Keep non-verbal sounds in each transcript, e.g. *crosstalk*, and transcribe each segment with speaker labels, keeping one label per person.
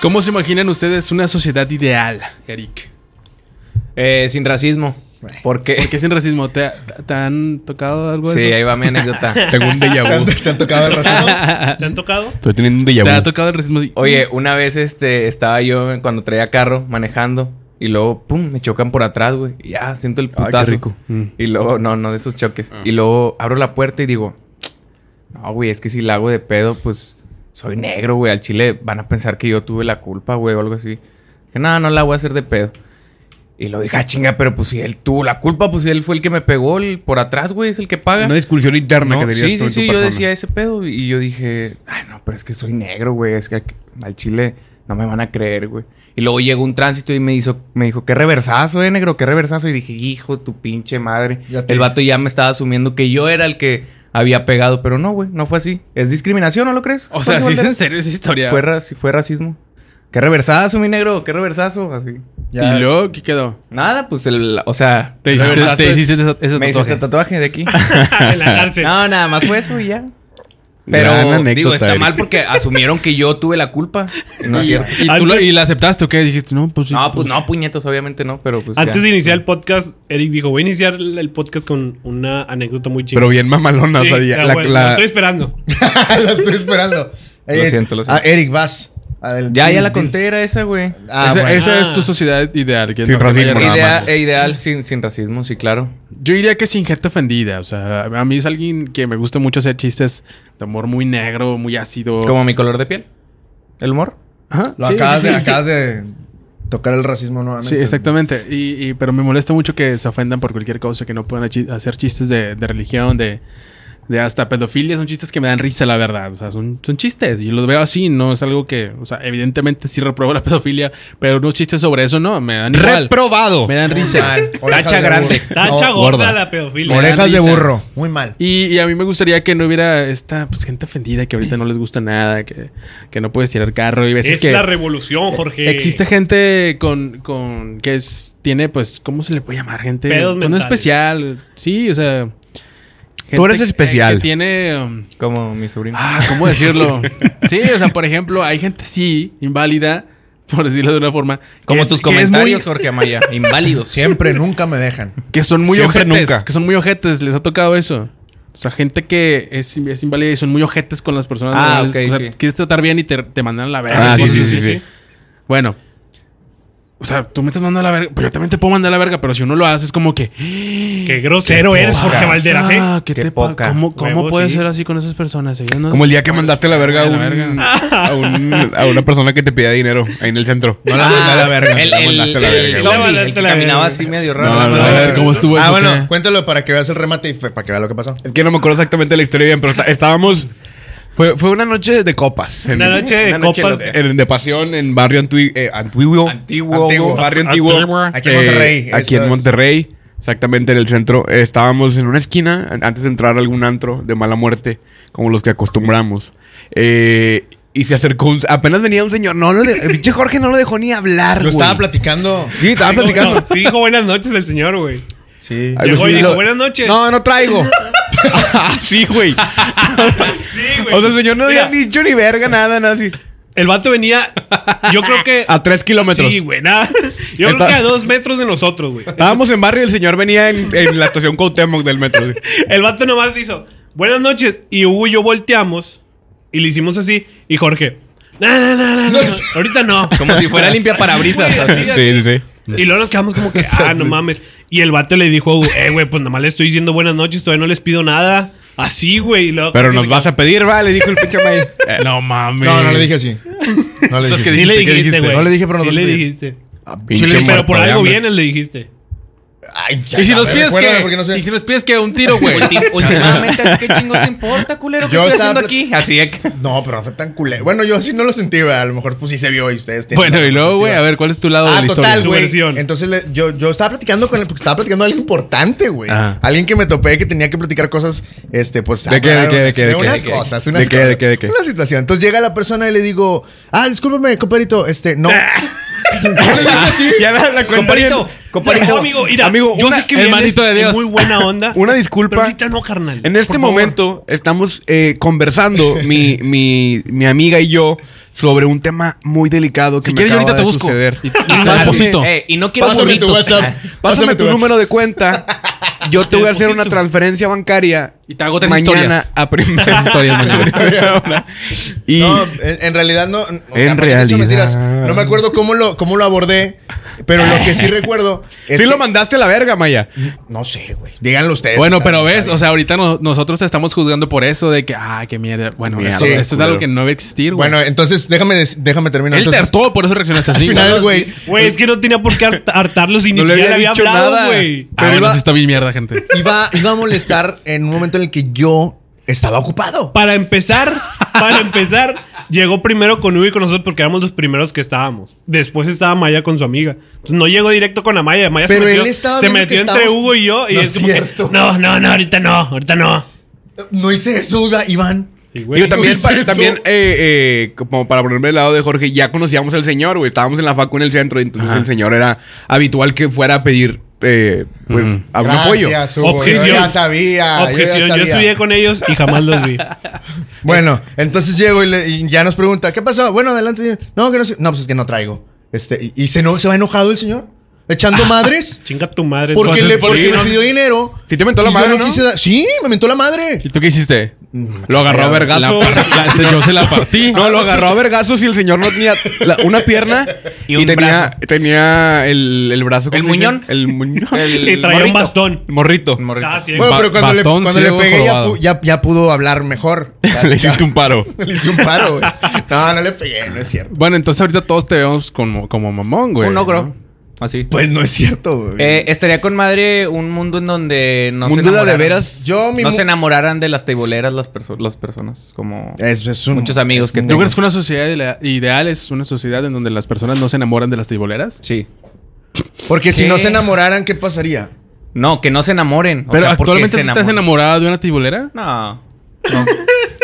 Speaker 1: ¿Cómo se imaginan ustedes una sociedad ideal, Eric?
Speaker 2: Eh, sin racismo. Porque.
Speaker 1: ¿Qué es el racismo? ¿Te, te han tocado algo de
Speaker 2: Sí,
Speaker 1: eso?
Speaker 2: ahí va mi anécdota.
Speaker 3: *laughs* Tengo un déjà vu.
Speaker 4: ¿Te han tocado el racismo?
Speaker 5: ¿Te han tocado?
Speaker 3: Estoy teniendo un
Speaker 1: ¿Te ha
Speaker 3: déjà vu.
Speaker 1: tocado el racismo? Sí.
Speaker 2: *laughs* Oye, una vez este estaba yo cuando traía carro manejando y luego pum, me chocan por atrás, güey. Y ya siento el
Speaker 3: qué
Speaker 2: putazo.
Speaker 3: rico.
Speaker 1: Mm.
Speaker 2: Y luego no, no de esos choques. Y luego abro la puerta y digo, "No, güey, es que si la hago de pedo, pues soy negro, güey, al chile van a pensar que yo tuve la culpa, güey, o algo así." Que no, no la voy a hacer de pedo. Y lo dije, ah, chinga, pero pues si él tuvo la culpa, pues si él fue el que me pegó el, por atrás, güey, es el que paga.
Speaker 3: Una discusión interna
Speaker 2: No,
Speaker 3: que dirías
Speaker 2: sí, sí,
Speaker 3: tú en tu
Speaker 2: sí, yo
Speaker 3: persona.
Speaker 2: decía ese pedo y yo dije, ay, no, pero es que soy negro, güey, es que aquí- al chile no me van a creer, güey. Y luego llegó un tránsito y me hizo, me dijo, qué reversazo, eh, negro, qué reversazo. Y dije, hijo, de tu pinche madre.
Speaker 4: Ya te-
Speaker 2: El vato ya me estaba asumiendo que yo era el que había pegado, pero no, güey, no fue así. ¿Es discriminación, no lo crees?
Speaker 1: O sea, sí es
Speaker 2: Jorge
Speaker 1: en
Speaker 2: Valderas?
Speaker 1: serio esa historia.
Speaker 2: Fue, ra- sí fue racismo. Qué reversazo, mi negro, qué reversazo, así.
Speaker 4: Ya.
Speaker 1: ¿Y luego qué quedó?
Speaker 2: Nada, pues el, o sea,
Speaker 1: Te hiciste,
Speaker 2: reversazo
Speaker 1: te
Speaker 2: es-
Speaker 1: hiciste esa- ese
Speaker 2: me hice
Speaker 1: tatuaje.
Speaker 2: ese tatuaje de
Speaker 1: *laughs*
Speaker 2: aquí.
Speaker 5: *laughs* en la cárcel.
Speaker 2: No, nada más fue eso y ya. Pero
Speaker 3: Gran anécdota,
Speaker 2: digo, está
Speaker 3: Eric.
Speaker 2: mal porque asumieron que yo tuve la culpa. No es cierto.
Speaker 3: ¿Y, tú
Speaker 5: Antes-
Speaker 3: lo, ¿Y la aceptaste o qué? Dijiste, no, pues sí.
Speaker 2: No, pues no, puñetos, obviamente no, pero pues.
Speaker 5: Antes
Speaker 2: ya.
Speaker 5: de iniciar el podcast, Eric dijo, voy a iniciar el el podcast con una anécdota muy chica.
Speaker 3: Pero bien mamalona. o sea, ya la- la-
Speaker 5: estoy esperando.
Speaker 4: *laughs* la estoy esperando.
Speaker 2: Lo siento, lo siento.
Speaker 4: Ah, Eric, vas. Adel-
Speaker 2: Ya, ya
Speaker 4: dil-
Speaker 2: la
Speaker 4: dil-
Speaker 2: conté, era esa, güey.
Speaker 4: Ah,
Speaker 1: esa
Speaker 4: bueno.
Speaker 1: esa es tu
Speaker 5: Ah.
Speaker 1: sociedad ideal. que
Speaker 3: Sin
Speaker 1: no- no haya
Speaker 3: racismo, nada
Speaker 1: racismo.
Speaker 2: Idea, e ideal sin, sin racismo, sí, claro.
Speaker 1: Yo diría que sin gente ofendida. O sea, a mí es alguien que me gusta mucho hacer chistes de humor muy negro, muy ácido.
Speaker 2: Como mi color de piel. El humor.
Speaker 1: Ajá,
Speaker 4: Lo
Speaker 1: sí,
Speaker 4: acabas,
Speaker 1: sí,
Speaker 4: de,
Speaker 1: sí.
Speaker 4: acabas de tocar el racismo nuevamente.
Speaker 1: Sí, exactamente. Y, y- pero me molesta mucho que se ofendan por cualquier cosa, que no puedan chi- hacer chistes de, de religión, de, de hasta pedofilia. Son chistes que me dan risa, la verdad. O sea, son, son chistes. Yo los veo así, no es algo que. O sea, evidentemente sí repruebo la *laughs* pedofilia, pero unos chistes sobre eso no, me dan igual.
Speaker 3: ¡Reprobado!
Speaker 1: me dan risa.
Speaker 4: Mal. Orejas
Speaker 2: Tacha
Speaker 4: de
Speaker 2: grande.
Speaker 4: burro.
Speaker 5: Tacha
Speaker 4: No,
Speaker 5: gorda,
Speaker 3: gorda.
Speaker 5: la pedofilia.
Speaker 4: Orejas de
Speaker 1: risa.
Speaker 4: burro. Muy mal.
Speaker 1: Y, y a mí me gustaría que no hubiera esta pues, gente ofendida que ahorita no les gusta nada, que, que no puedes tirar carro y veces
Speaker 5: Es
Speaker 1: que
Speaker 5: la revolución, Jorge.
Speaker 1: existe gente con, con que es, tiene pues ¿cómo se le puede llamar? Gente
Speaker 5: Pedos
Speaker 1: pues, no
Speaker 5: mentales.
Speaker 1: especial, sí, o sea,
Speaker 3: Tú eres
Speaker 1: gente que-
Speaker 3: especial.
Speaker 1: que tiene um,
Speaker 2: Como mi sobrino.
Speaker 1: ah, ¿cómo decirlo? *laughs* sí, o sea, por ejemplo, hay gente sí inválida por decirlo de una forma, que
Speaker 2: Como
Speaker 1: es-
Speaker 2: tus
Speaker 1: que es muy-
Speaker 2: comentarios,
Speaker 1: *laughs*
Speaker 2: Jorge Amaya. Inválidos.
Speaker 4: Siempre, nunca me dejan.
Speaker 1: Que son muy
Speaker 3: Siempre,
Speaker 1: ojetes.
Speaker 3: nunca.
Speaker 1: Que son muy ojetes. Les ha tocado eso. O sea, gente que es, es inválida y son muy ojetes con las personas.
Speaker 2: Ah,
Speaker 1: normales.
Speaker 2: ok,
Speaker 1: O sea,
Speaker 2: sí.
Speaker 1: quieres tratar bien y te, te mandan a la verga.
Speaker 3: Ah, sí,
Speaker 1: Cosas
Speaker 3: sí,
Speaker 1: así.
Speaker 3: sí, sí.
Speaker 1: Bueno. O sea, tú me estás mandando a la verga. Pero yo también te puedo mandar a la verga. Pero si uno lo hace, es como que... "Oh,
Speaker 5: Qué grosero eres, Jorge Valderas, ¿eh?
Speaker 1: Ah, ¿qué
Speaker 2: Qué
Speaker 1: te pa-
Speaker 2: poca.
Speaker 1: ¿Cómo, cómo
Speaker 5: Huevo,
Speaker 1: puedes
Speaker 5: sí.
Speaker 1: ser así con esas personas? Ellos no-
Speaker 3: Como el día que mandaste a la verga a,
Speaker 1: la
Speaker 3: un-
Speaker 1: verga.
Speaker 3: a un- a una persona que te pedía dinero ahí en el centro.
Speaker 4: No la
Speaker 2: Ah.
Speaker 4: mandé a la verga.
Speaker 2: El,
Speaker 3: La
Speaker 2: el,
Speaker 3: mandaste a la
Speaker 2: el
Speaker 3: verga, güey.
Speaker 2: zombie, el que caminaba así medio raro.
Speaker 4: No la mandé a la
Speaker 1: no,
Speaker 4: verga.
Speaker 1: ¿cómo estuvo
Speaker 4: Ah,
Speaker 1: eso,
Speaker 4: bueno,
Speaker 1: qué?
Speaker 4: cuéntalo para que veas el remate y fue- para que veas lo que pasó.
Speaker 3: Es que no me acuerdo exactamente la historia bien, pero está- estábamos. Fue, fue una noche de copas. en-
Speaker 5: Una noche de
Speaker 2: Una noche
Speaker 5: copas.
Speaker 2: loca.
Speaker 3: en- de pasión en barrio Antui- eh, antiguo.
Speaker 2: Antiguo.
Speaker 4: Antiguo.
Speaker 3: Barrio antiguo.
Speaker 4: Aquí en Monterrey,
Speaker 3: Eh, aquí
Speaker 4: eso
Speaker 3: en
Speaker 4: es.
Speaker 3: Monterrey. Exactamente en el centro. Eh, estábamos en una esquina an- antes de entrar a algún antro de mala muerte, como los que acostumbramos. Eh, y se acercó un- Apenas venía un señor. No, lo de- el pinche Jorge no lo dejó ni hablar.
Speaker 4: Lo
Speaker 3: güey.
Speaker 4: estaba platicando.
Speaker 3: Sí, estaba Ah, platicando.
Speaker 5: Sí, dijo buenas noches el señor, güey.
Speaker 4: Sí.
Speaker 3: Algo
Speaker 5: Llegó y
Speaker 3: así.
Speaker 5: dijo,
Speaker 3: Lo-
Speaker 5: buenas noches.
Speaker 3: No,
Speaker 5: *laughs*
Speaker 3: no traigo. *laughs* Ah, sí, güey.
Speaker 5: Sí, güey.
Speaker 3: O sea, el señor no había
Speaker 5: Mira,
Speaker 3: dicho ni verga, nada, nada así.
Speaker 5: El vato venía, yo creo que...
Speaker 3: *laughs* A tres kilómetros.
Speaker 5: Sí, güey, nada. Yo
Speaker 3: Está-
Speaker 5: creo que a dos metros de nosotros, güey.
Speaker 3: Estábamos en barrio y el señor venía en, en la estación Cuauhtémoc del metro. güey.
Speaker 5: El vato nomás hizo, buenas noches. Y Hugo y yo volteamos y le hicimos así. Y Jorge, no, no, no, no, no, ahorita no.
Speaker 2: Como si fuera limpia parabrisas.
Speaker 5: Güey, así,
Speaker 2: así.
Speaker 5: así.
Speaker 3: *laughs* Sí, sí, sí.
Speaker 5: Y luego nos quedamos como que, ah, no mames. Y el vato le dijo a Hugo, eh, güey, pues nomás le estoy diciendo buenas noches, todavía no les pido nada. Así, güey. y luego-
Speaker 3: Pero nos vas a pedir, vale, dijo el pinche May.
Speaker 1: *laughs* No mames.
Speaker 4: No, no le dije así. No le dije.
Speaker 5: Sí
Speaker 4: así.
Speaker 5: le
Speaker 3: ¿Qué
Speaker 5: dijiste,
Speaker 3: dijiste?
Speaker 5: güey.
Speaker 4: No le dije, pero
Speaker 5: sí
Speaker 4: nos vas a
Speaker 5: le
Speaker 4: pedir.
Speaker 5: dijiste.
Speaker 4: Ah, sí
Speaker 3: Pinche
Speaker 4: le dije,
Speaker 5: Pero por
Speaker 3: de
Speaker 5: algo
Speaker 3: hambre.
Speaker 5: vienes, le dijiste.
Speaker 4: Ay, ya,
Speaker 1: Y si
Speaker 4: a
Speaker 1: nos
Speaker 4: ver,
Speaker 1: pides
Speaker 4: recuérdame
Speaker 1: que...
Speaker 4: porque no sé.
Speaker 1: Y si nos pides que un tiro, *laughs* güey.
Speaker 2: Ulti- Últimamente, ¿qué chingo te importa, culero? ¿Qué
Speaker 4: Yo
Speaker 2: estoy
Speaker 4: estaba
Speaker 2: haciendo
Speaker 4: pla-
Speaker 2: aquí? Así es que.
Speaker 4: No, pero no fue tan culero. Bueno, yo sí no lo sentí, güey. A lo mejor pues sí se vio y ustedes tienen
Speaker 1: bueno,
Speaker 4: otra
Speaker 1: y luego, güey,
Speaker 4: perspectiva.
Speaker 1: a ver, ¿cuál es tu lado de
Speaker 4: Ah,
Speaker 1: la
Speaker 4: total,
Speaker 1: historia?
Speaker 5: Tu
Speaker 4: güey.
Speaker 5: versión.
Speaker 4: Entonces le- yo, yo estaba platicando con él, porque estaba platicando algo importante, güey.
Speaker 3: Ajá.
Speaker 4: Alguien que me topé que tenía que platicar cosas, este, pues.
Speaker 3: Ah. ¿De qué, de qué, de qué, de qué,
Speaker 4: unas
Speaker 3: de qué?
Speaker 4: cosas,
Speaker 3: ¿De
Speaker 4: unas
Speaker 3: qué,
Speaker 4: cosas.
Speaker 3: de qué, de qué?
Speaker 4: Una situación. Entonces llega la persona y le digo, ah, discúlpame, compadrito, este, no. No *laughs* le dije así.
Speaker 3: Ya la, la cuenta bien.
Speaker 2: Comparito.
Speaker 3: Compadrito,
Speaker 5: No, amigo, mira,
Speaker 3: amigo,
Speaker 5: yo
Speaker 3: una-
Speaker 5: sé que vienes
Speaker 1: hermanito de Dios.
Speaker 5: muy buena onda.
Speaker 3: Una disculpa.
Speaker 5: Pero ahorita no, carnal.
Speaker 3: En este
Speaker 5: Por favor.
Speaker 3: momento estamos eh, conversando mi, mi, mi amiga y yo sobre un tema muy delicado que
Speaker 1: Si
Speaker 3: me
Speaker 1: quieres, yo
Speaker 3: acaba
Speaker 1: ahorita te
Speaker 3: de
Speaker 1: busco.
Speaker 3: suceder.
Speaker 1: Y, y
Speaker 2: Ah,
Speaker 1: te
Speaker 2: sí.
Speaker 1: deposito.
Speaker 2: Eh, y no quiero
Speaker 4: Pásame tu
Speaker 2: burritos.
Speaker 4: WhatsApp.
Speaker 3: Ah, Pásame tu
Speaker 4: WhatsApp.
Speaker 3: número de cuenta. Yo te voy a hacer
Speaker 1: deposito.
Speaker 3: una transferencia bancaria
Speaker 1: Y te hago tres
Speaker 3: mañana
Speaker 1: historias.
Speaker 3: a *laughs* primeras
Speaker 1: historias
Speaker 3: mañana. y
Speaker 4: No, en, en realidad no. o sea, ¿para qué
Speaker 3: En
Speaker 4: te echo
Speaker 3: realidad.
Speaker 4: mentiras? No me acuerdo cómo lo, cómo lo abordé, pero lo que sí recuerdo
Speaker 3: sí
Speaker 4: es.
Speaker 3: lo
Speaker 4: que-
Speaker 3: mandaste a la verga, Maya.
Speaker 4: No sé, güey. Díganlo ustedes.
Speaker 1: Bueno,
Speaker 4: Está
Speaker 1: pero
Speaker 4: bien,
Speaker 1: ves,
Speaker 4: está
Speaker 1: o sea, ahorita no- nosotros te estamos juzgando por eso de que, ah, qué mierda. Bueno,
Speaker 3: Mierda,
Speaker 1: eso,
Speaker 4: sí,
Speaker 1: eso es
Speaker 3: culero.
Speaker 1: algo que no debe existir,
Speaker 4: bien.
Speaker 1: güey.
Speaker 4: Bueno, entonces déjame, des- déjame terminar.
Speaker 1: Él te
Speaker 4: Entonces,
Speaker 1: hartó, por eso reaccionaste así.
Speaker 4: al final,
Speaker 1: güey.
Speaker 4: güey.
Speaker 5: Güey, es que no tenía por qué hart- hartarlo si ni
Speaker 3: No le
Speaker 5: siquiera le había
Speaker 3: había dicho nada.
Speaker 5: hablado, güey.
Speaker 1: Ah,
Speaker 4: Pero
Speaker 1: bueno,
Speaker 4: iba-
Speaker 1: sí está bien mierda, *laughs* gente.
Speaker 4: Iba, iba a molestar en un momento en el que yo estaba ocupado.
Speaker 5: Para empezar, para empezar, llegó primero con Hugo y con nosotros porque éramos los primeros que estábamos. Después estaba Maya con su amiga. Entonces no llegó directo con Amaya. Amaya
Speaker 4: Pero
Speaker 5: se metió,
Speaker 4: él estaba
Speaker 5: se
Speaker 4: viendo
Speaker 5: metió
Speaker 4: que
Speaker 5: entre
Speaker 4: estábamos-
Speaker 5: Hugo y yo. Y
Speaker 4: No
Speaker 5: es
Speaker 4: es
Speaker 5: como que,
Speaker 4: cierto.
Speaker 5: no, no, no, ahorita no, ahorita no.
Speaker 4: No hice eso, Iba- Iván.
Speaker 5: Y, güey,
Speaker 3: Digo, también,
Speaker 4: hice eso.
Speaker 3: también eh, eh, como para ponerme del lado de Jorge, ya conocíamos al señor, güey. Estábamos en la facu en el centro, y entonces el señor era habitual que fuera a pedir, eh, pues, a un apoyo.
Speaker 4: Gracias, Hugo.
Speaker 5: Objeción.
Speaker 4: Yo ya sabía.
Speaker 5: objeción,
Speaker 4: Yo
Speaker 5: yo,
Speaker 4: ya sabía.
Speaker 5: estudié con ellos y jamás los vi.
Speaker 4: Bueno, entonces llego y, le- y ya nos pregunta, ¿qué pasó? Bueno, adelante. dime. No, que no sé. No, pues es que no traigo. Este, y, y se, no, se va enojado el señor, echando
Speaker 5: *laughs*
Speaker 4: madres.
Speaker 5: Chinga tu madre.
Speaker 4: Porque,
Speaker 5: tú.
Speaker 4: le,
Speaker 1: ¿por
Speaker 4: porque
Speaker 1: qué
Speaker 4: me
Speaker 1: no?
Speaker 4: pidió dinero.
Speaker 3: Sí te mentó la
Speaker 4: y yo
Speaker 3: madre, ¿no?
Speaker 4: quise dar- sí, me mentó la madre.
Speaker 1: ¿Y tú qué hiciste?
Speaker 3: Lo agarró a vergazo.
Speaker 1: La- se- yo se la partí.
Speaker 3: No, lo agarró a vergazos y el señor no tenía la- una pierna
Speaker 2: Y
Speaker 3: y,
Speaker 2: un
Speaker 3: tenía,
Speaker 2: brazo.
Speaker 3: tenía el, el brazo.
Speaker 2: ¿El
Speaker 3: ¿cómo se dice?
Speaker 2: muñón?
Speaker 3: El muñón.
Speaker 5: Y
Speaker 2: El
Speaker 5: traía un
Speaker 2: morrito.
Speaker 5: bastón.
Speaker 3: El morrito.
Speaker 2: Morrito.
Speaker 5: Ah, sí,
Speaker 4: Bueno,
Speaker 1: Ba-
Speaker 4: pero cuando,
Speaker 1: bastón
Speaker 4: le, cuando le
Speaker 1: ciego
Speaker 4: pegué ya,
Speaker 1: jorobado.
Speaker 4: pu- ya- ya pudo hablar mejor. Ya-
Speaker 3: Le
Speaker 4: ya-
Speaker 3: hiciste un paro.
Speaker 4: le hice un paro, güey. No, no le pegué, no es cierto.
Speaker 1: Bueno, entonces ahorita todos te vemos como, como mamón, güey.
Speaker 4: Un ogro.
Speaker 1: ¿no?
Speaker 2: Así.
Speaker 4: Pues no es cierto, güey.
Speaker 2: Ah, Eh, estaría con madre un mundo en donde no
Speaker 3: Mundo de
Speaker 2: enamoraran.
Speaker 3: veras.
Speaker 4: yo, mi
Speaker 2: no
Speaker 4: mu-
Speaker 2: se enamoraran de las teiboleras las, perso- las personas. Como
Speaker 4: Es- es un-
Speaker 2: muchos amigos
Speaker 4: es
Speaker 2: que
Speaker 4: un-
Speaker 1: ¿Tú
Speaker 2: tengo.
Speaker 1: crees que una sociedad ide- ideal es una sociedad en donde las personas no se enamoran de las triboleras?
Speaker 2: Sí.
Speaker 4: Porque si
Speaker 2: ¿Qué?
Speaker 4: no se enamoraran, ¿qué pasaría?
Speaker 2: No, que no se enamoren. O
Speaker 1: Pero
Speaker 2: sea, porque
Speaker 1: actualmente
Speaker 2: se
Speaker 1: tú estás
Speaker 2: enamoran.
Speaker 1: enamorada de una tribolera?
Speaker 2: No. No,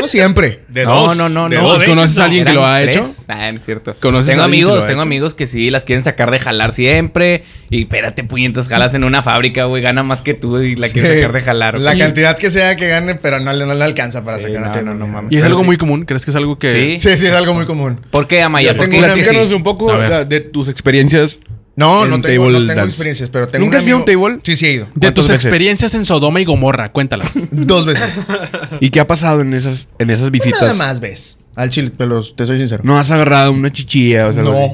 Speaker 4: No siempre.
Speaker 2: no, no, no,
Speaker 1: de
Speaker 2: no.
Speaker 1: dos.
Speaker 2: A veces
Speaker 1: ¿Conoces a alguien que lo
Speaker 2: Eran
Speaker 1: ha hecho?
Speaker 2: tres. Ah, no es cierto.
Speaker 1: ¿Conoces
Speaker 2: Tengo
Speaker 1: a alguien que lo
Speaker 2: amigos,
Speaker 1: ha
Speaker 2: tengo
Speaker 1: hecho?
Speaker 2: amigos que sí las quieren sacar de jalar siempre. Y espérate, puñetas, jalas en una fábrica, güey. Gana más que tú y la quieren sacar de jalar.
Speaker 4: La
Speaker 2: güey.
Speaker 4: cantidad que sea que gane, pero no, le- no le alcanza para
Speaker 2: Sí,
Speaker 4: sacar
Speaker 2: no,
Speaker 4: una
Speaker 2: no, no
Speaker 4: tele.
Speaker 2: mames.
Speaker 1: Y es
Speaker 2: Pero
Speaker 1: algo
Speaker 2: sí.
Speaker 1: muy común. ¿Crees que es algo que
Speaker 2: Sí.
Speaker 4: Sí, sí, es algo muy común.
Speaker 2: ¿por qué, Amaya?
Speaker 4: Yo
Speaker 2: ¿Por qué
Speaker 4: tengo
Speaker 2: crees
Speaker 4: una
Speaker 2: que
Speaker 3: Platícanos
Speaker 2: sí?
Speaker 3: un poco
Speaker 1: A ver.
Speaker 3: la- de tus experiencias.
Speaker 4: No,
Speaker 3: en
Speaker 4: no tengo, no
Speaker 3: table
Speaker 4: tengo
Speaker 3: dance.
Speaker 4: experiencias, pero tengo
Speaker 3: ¿Nunca has ido a un
Speaker 4: amigo-
Speaker 3: table?
Speaker 4: Sí, sí he ido.
Speaker 1: De tus
Speaker 3: ¿Cuántas veces?
Speaker 1: experiencias en Sodoma y Gomorra, cuéntalas.
Speaker 4: Dos veces.
Speaker 3: ¿Y qué ha pasado en esas, en esas visitas?
Speaker 4: Pues Nada más ves. Al chile, te, los- te soy sincero.
Speaker 3: No has agarrado una chichilla. O sea, algo así?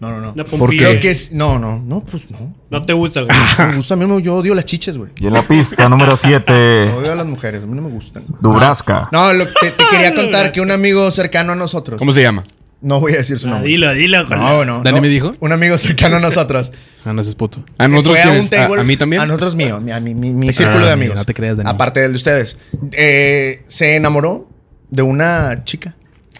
Speaker 4: No. No, no, no.
Speaker 5: Una
Speaker 3: ¿Por
Speaker 5: pompilla.
Speaker 3: qué?
Speaker 4: Creo que es. No, no, no, pues no.
Speaker 5: No te gusta, güey.
Speaker 4: Me gusta a mí, no, yo odio las chiches, güey.
Speaker 6: Y en la pista número 7,
Speaker 4: Odio a las mujeres, a mí no me gustan.
Speaker 6: Dubrasca.
Speaker 4: No, lo, te, te quería contar que un amigo cercano a nosotros.
Speaker 3: ¿Cómo se llama?
Speaker 4: No voy a decir su
Speaker 5: Ah,
Speaker 4: nombre.
Speaker 5: dilo, dilo. con la-
Speaker 4: No, no.
Speaker 1: ¿Dani
Speaker 4: no.
Speaker 1: me dijo?
Speaker 4: Un amigo cercano a nosotros.
Speaker 1: *laughs* Ah, no, ese es puto.
Speaker 3: ¿A nosotros
Speaker 4: fue a
Speaker 3: quiénes?
Speaker 4: un table- Ah,
Speaker 3: ¿A, a mí también?
Speaker 4: A nosotros mío, a mi, mi- mi círculo de amigos.
Speaker 1: no te creas, Dani.
Speaker 4: Aparte del de ustedes. Eh, se enamoró de una chica.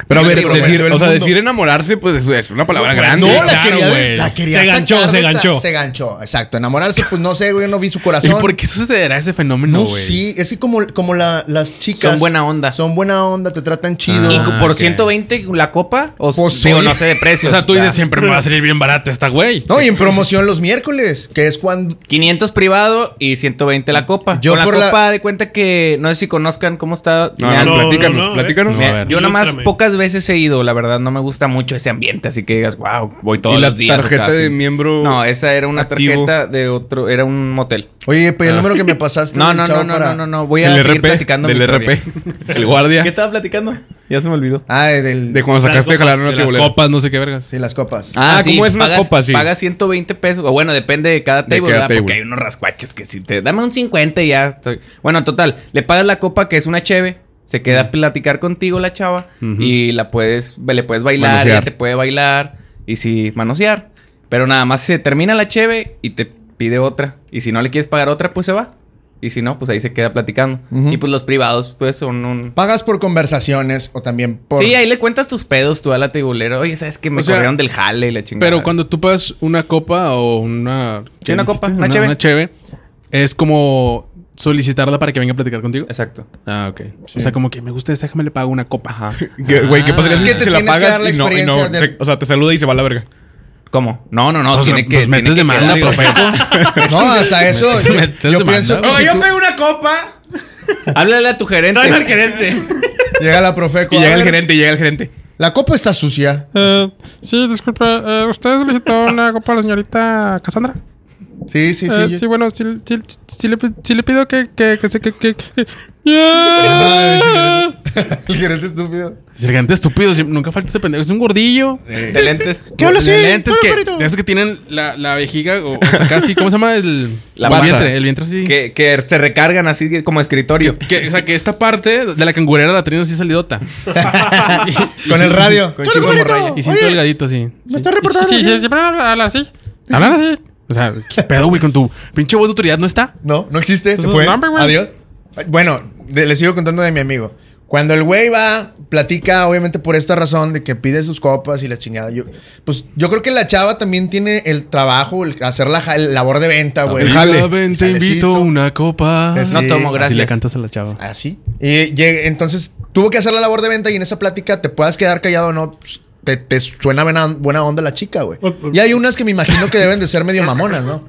Speaker 3: Pero a ver,
Speaker 4: Sí, pero
Speaker 3: decir,
Speaker 4: bueno, todo
Speaker 3: o
Speaker 4: el
Speaker 3: sea,
Speaker 4: mundo.
Speaker 3: decir enamorarse, pues es, es una palabra
Speaker 5: No,
Speaker 3: grande.
Speaker 4: No,
Speaker 5: Sí,
Speaker 4: la,
Speaker 5: claro,
Speaker 4: quería,
Speaker 5: güey.
Speaker 4: la quería
Speaker 5: Se ganchó,
Speaker 4: sacar
Speaker 5: se
Speaker 4: de tra-
Speaker 5: ganchó.
Speaker 4: Se ganchó, exacto. Enamorarse, pues no sé, güey, no vi su
Speaker 1: ¿Y
Speaker 4: corazón.
Speaker 1: por qué sucederá ese fenómeno,
Speaker 4: No,
Speaker 1: güey?
Speaker 4: sí, es que como, como la- las chicas.
Speaker 2: Son buena onda.
Speaker 4: Son buena onda, te tratan chido.
Speaker 2: ¿Y
Speaker 1: Ah,
Speaker 2: por
Speaker 1: ok.
Speaker 2: 120 la copa? O
Speaker 4: Pues,
Speaker 2: digo,
Speaker 4: oye.
Speaker 2: no sé de
Speaker 1: *laughs* O
Speaker 2: precios. Ah.
Speaker 1: sea, tú dices
Speaker 2: Ya.
Speaker 1: siempre me va a salir bien barata esta güey.
Speaker 4: No, y en promoción los miércoles, que es cuando.
Speaker 2: 500 privado y 120 la copa.
Speaker 4: Yo
Speaker 2: Con la
Speaker 4: por la-
Speaker 2: copa de cuenta que no sé si conozcan cómo está.
Speaker 3: No,
Speaker 2: me
Speaker 3: no,
Speaker 2: han-
Speaker 5: No, no,
Speaker 3: platícanos,
Speaker 5: no, eh.
Speaker 3: platícanos.
Speaker 1: No, a ver.
Speaker 2: Yo nomás
Speaker 5: Ilústrame.
Speaker 2: pocas veces he ido, la verdad, no me gusta mucho ese ambiente, así que digas, wow, voy todos
Speaker 3: ¿Y la
Speaker 2: los días. o
Speaker 3: tarjeta
Speaker 2: cada
Speaker 3: de
Speaker 2: fin".
Speaker 3: miembro
Speaker 2: No, esa era una
Speaker 3: activo?
Speaker 2: tarjeta de otro, era un motel.
Speaker 4: Oye, pero el número que me pasaste.
Speaker 2: Ah. *laughs* No,
Speaker 4: del
Speaker 2: no,
Speaker 4: chavo
Speaker 2: no, no,
Speaker 4: para-
Speaker 2: no, no, no, voy a
Speaker 3: del
Speaker 2: seguir
Speaker 3: RP,
Speaker 2: platicando mi
Speaker 3: del
Speaker 2: historia.
Speaker 3: RP, el guardia,
Speaker 2: ¿Qué estaba platicando? Ya se me olvidó.
Speaker 4: Ah, del.
Speaker 3: de cuando
Speaker 5: Las
Speaker 3: sacaste de
Speaker 5: copas,
Speaker 3: jalar una
Speaker 1: De las
Speaker 3: tibolera.
Speaker 1: copas, no sé qué vergas.
Speaker 4: Sí, las copas.
Speaker 3: Ah, ¿cómo es una
Speaker 2: pagas-
Speaker 3: copa? Sí.
Speaker 2: Pagas 120 pesos. O bueno, depende de cada table,
Speaker 3: cada
Speaker 2: ¿verdad? Porque
Speaker 3: table.
Speaker 2: hay unos rascuaches que si te... Dame un 50 y ya estoy... Bueno, total. Le pagas la copa que es una cheve. Se queda a platicar contigo la chava. Y la puedes... Le puedes bailar.
Speaker 3: Manosear.
Speaker 2: Ella te puede bailar. Y sí, manosear. Pero nada más se termina la cheve y te pide otra. Y si no le quieres pagar otra, pues se va. Y si no, pues ahí se queda platicando.
Speaker 4: Ujú.
Speaker 2: Y pues los privados, pues son un...
Speaker 4: Pagas por conversaciones o también por.
Speaker 2: Sí, ahí le cuentas tus pedos tú a la tibolera. Oye, ¿sabes que Me
Speaker 1: O sea,
Speaker 2: corrieron del jale y la chingada.
Speaker 1: Pero cuando tú pagas una copa o una... ¿qué
Speaker 2: una
Speaker 1: dijiste?
Speaker 2: copa, una cheve.
Speaker 1: es como solicitarla para que venga a platicar contigo.
Speaker 2: Exacto.
Speaker 1: Ah, ok. O sea, como que me gusta esa, déjame le pago una copa.
Speaker 2: Ajá.
Speaker 1: *laughs*
Speaker 3: ¿Qué- Güey, ¿qué pasaría
Speaker 4: Es
Speaker 3: si
Speaker 4: que te
Speaker 3: se la
Speaker 4: tienes que
Speaker 3: pagas
Speaker 4: dar la
Speaker 3: y no, y no,
Speaker 4: experiencia del-
Speaker 3: se- o sea, te saluda y se va a la verga?
Speaker 2: ¿Cómo? No, no, no. tiene que.
Speaker 1: pues
Speaker 2: tiene
Speaker 1: metes
Speaker 2: que
Speaker 1: demanda,
Speaker 2: quedar.
Speaker 1: *laughs* profeta.
Speaker 4: No, hasta
Speaker 2: *laughs*
Speaker 4: eso.
Speaker 1: Metes-
Speaker 4: yo-
Speaker 1: metes
Speaker 4: yo
Speaker 1: demanda,
Speaker 4: pienso que
Speaker 1: güey.
Speaker 4: si
Speaker 2: yo
Speaker 4: tú-
Speaker 2: pedí una copa. Háblale a tu gerente.
Speaker 5: Traen al gerente.
Speaker 4: llega la Profeco.
Speaker 2: Y
Speaker 4: a
Speaker 2: llega el
Speaker 4: ver,
Speaker 2: gerente, y llega el gerente.
Speaker 4: La copa está sucia.
Speaker 1: Eh, sí, disculpe. eh, ¿Usted solicitó una copa a la señorita Cassandra?
Speaker 4: Sí, sí, sí.
Speaker 2: Ah,
Speaker 4: yo- *laughs*
Speaker 1: bueno, sí, le, pido que, se... *laughs*
Speaker 4: Ay,
Speaker 2: *laughs*
Speaker 4: el gerente estúpido.
Speaker 1: Gigante estúpido, sí, nunca falta ese pendejo. Es un gordillo.
Speaker 2: De lentes.
Speaker 4: ¿Qué hablas así?
Speaker 1: De lentes
Speaker 4: Hola,
Speaker 1: que,
Speaker 4: perrito.
Speaker 1: de esos que tienen la, la vejiga o, o casi, ¿cómo se llama? El,
Speaker 2: La
Speaker 1: el
Speaker 2: panza.
Speaker 1: vientre, el vientre así.
Speaker 2: Que, que se recargan así como escritorio.
Speaker 1: Que, o sea, que esta parte de la cangurera la tenemos así salidota.
Speaker 4: Con el radio.
Speaker 2: con
Speaker 4: ¿Qué
Speaker 2: chico
Speaker 4: onda,
Speaker 2: de
Speaker 4: güey?
Speaker 1: Y siento
Speaker 4: Oye,
Speaker 1: delgadito así. Me
Speaker 4: está reportando
Speaker 1: Sí, sí,
Speaker 4: así.
Speaker 1: sí, siempre habla- habla así. Hablan así. O sea, ¿qué pedo, güey? Con tu pinche voz de autoridad no está.
Speaker 4: No, no existe,
Speaker 2: Pues
Speaker 4: se
Speaker 1: Es un
Speaker 4: fue.
Speaker 1: number one.
Speaker 4: Adiós. Ay, Bueno, de- le sigo contando de mi amigo. Cuando el güey va, platica, obviamente por esta razón de que pide sus copas y la chingada. Yo, pues yo creo que la chava también tiene el trabajo, el hacer la ja- el labor de venta, güey.
Speaker 3: El jale.
Speaker 1: Ven, te invito
Speaker 4: Ah, Jalecito.
Speaker 1: a una copa.
Speaker 4: Es-
Speaker 2: No
Speaker 4: Sí.
Speaker 2: tomo,
Speaker 1: Así
Speaker 2: gracias.
Speaker 1: le cantas a la chava.
Speaker 4: Así. Ah, Y llega- entonces tuvo que hacer la labor de venta y en esa plática te puedas quedar callado o no. pues, te, te suena buena, buena onda la chica, güey.
Speaker 2: Pues,
Speaker 4: Y hay unas que me imagino que deben de ser medio
Speaker 2: *laughs*
Speaker 4: mamonas, ¿no?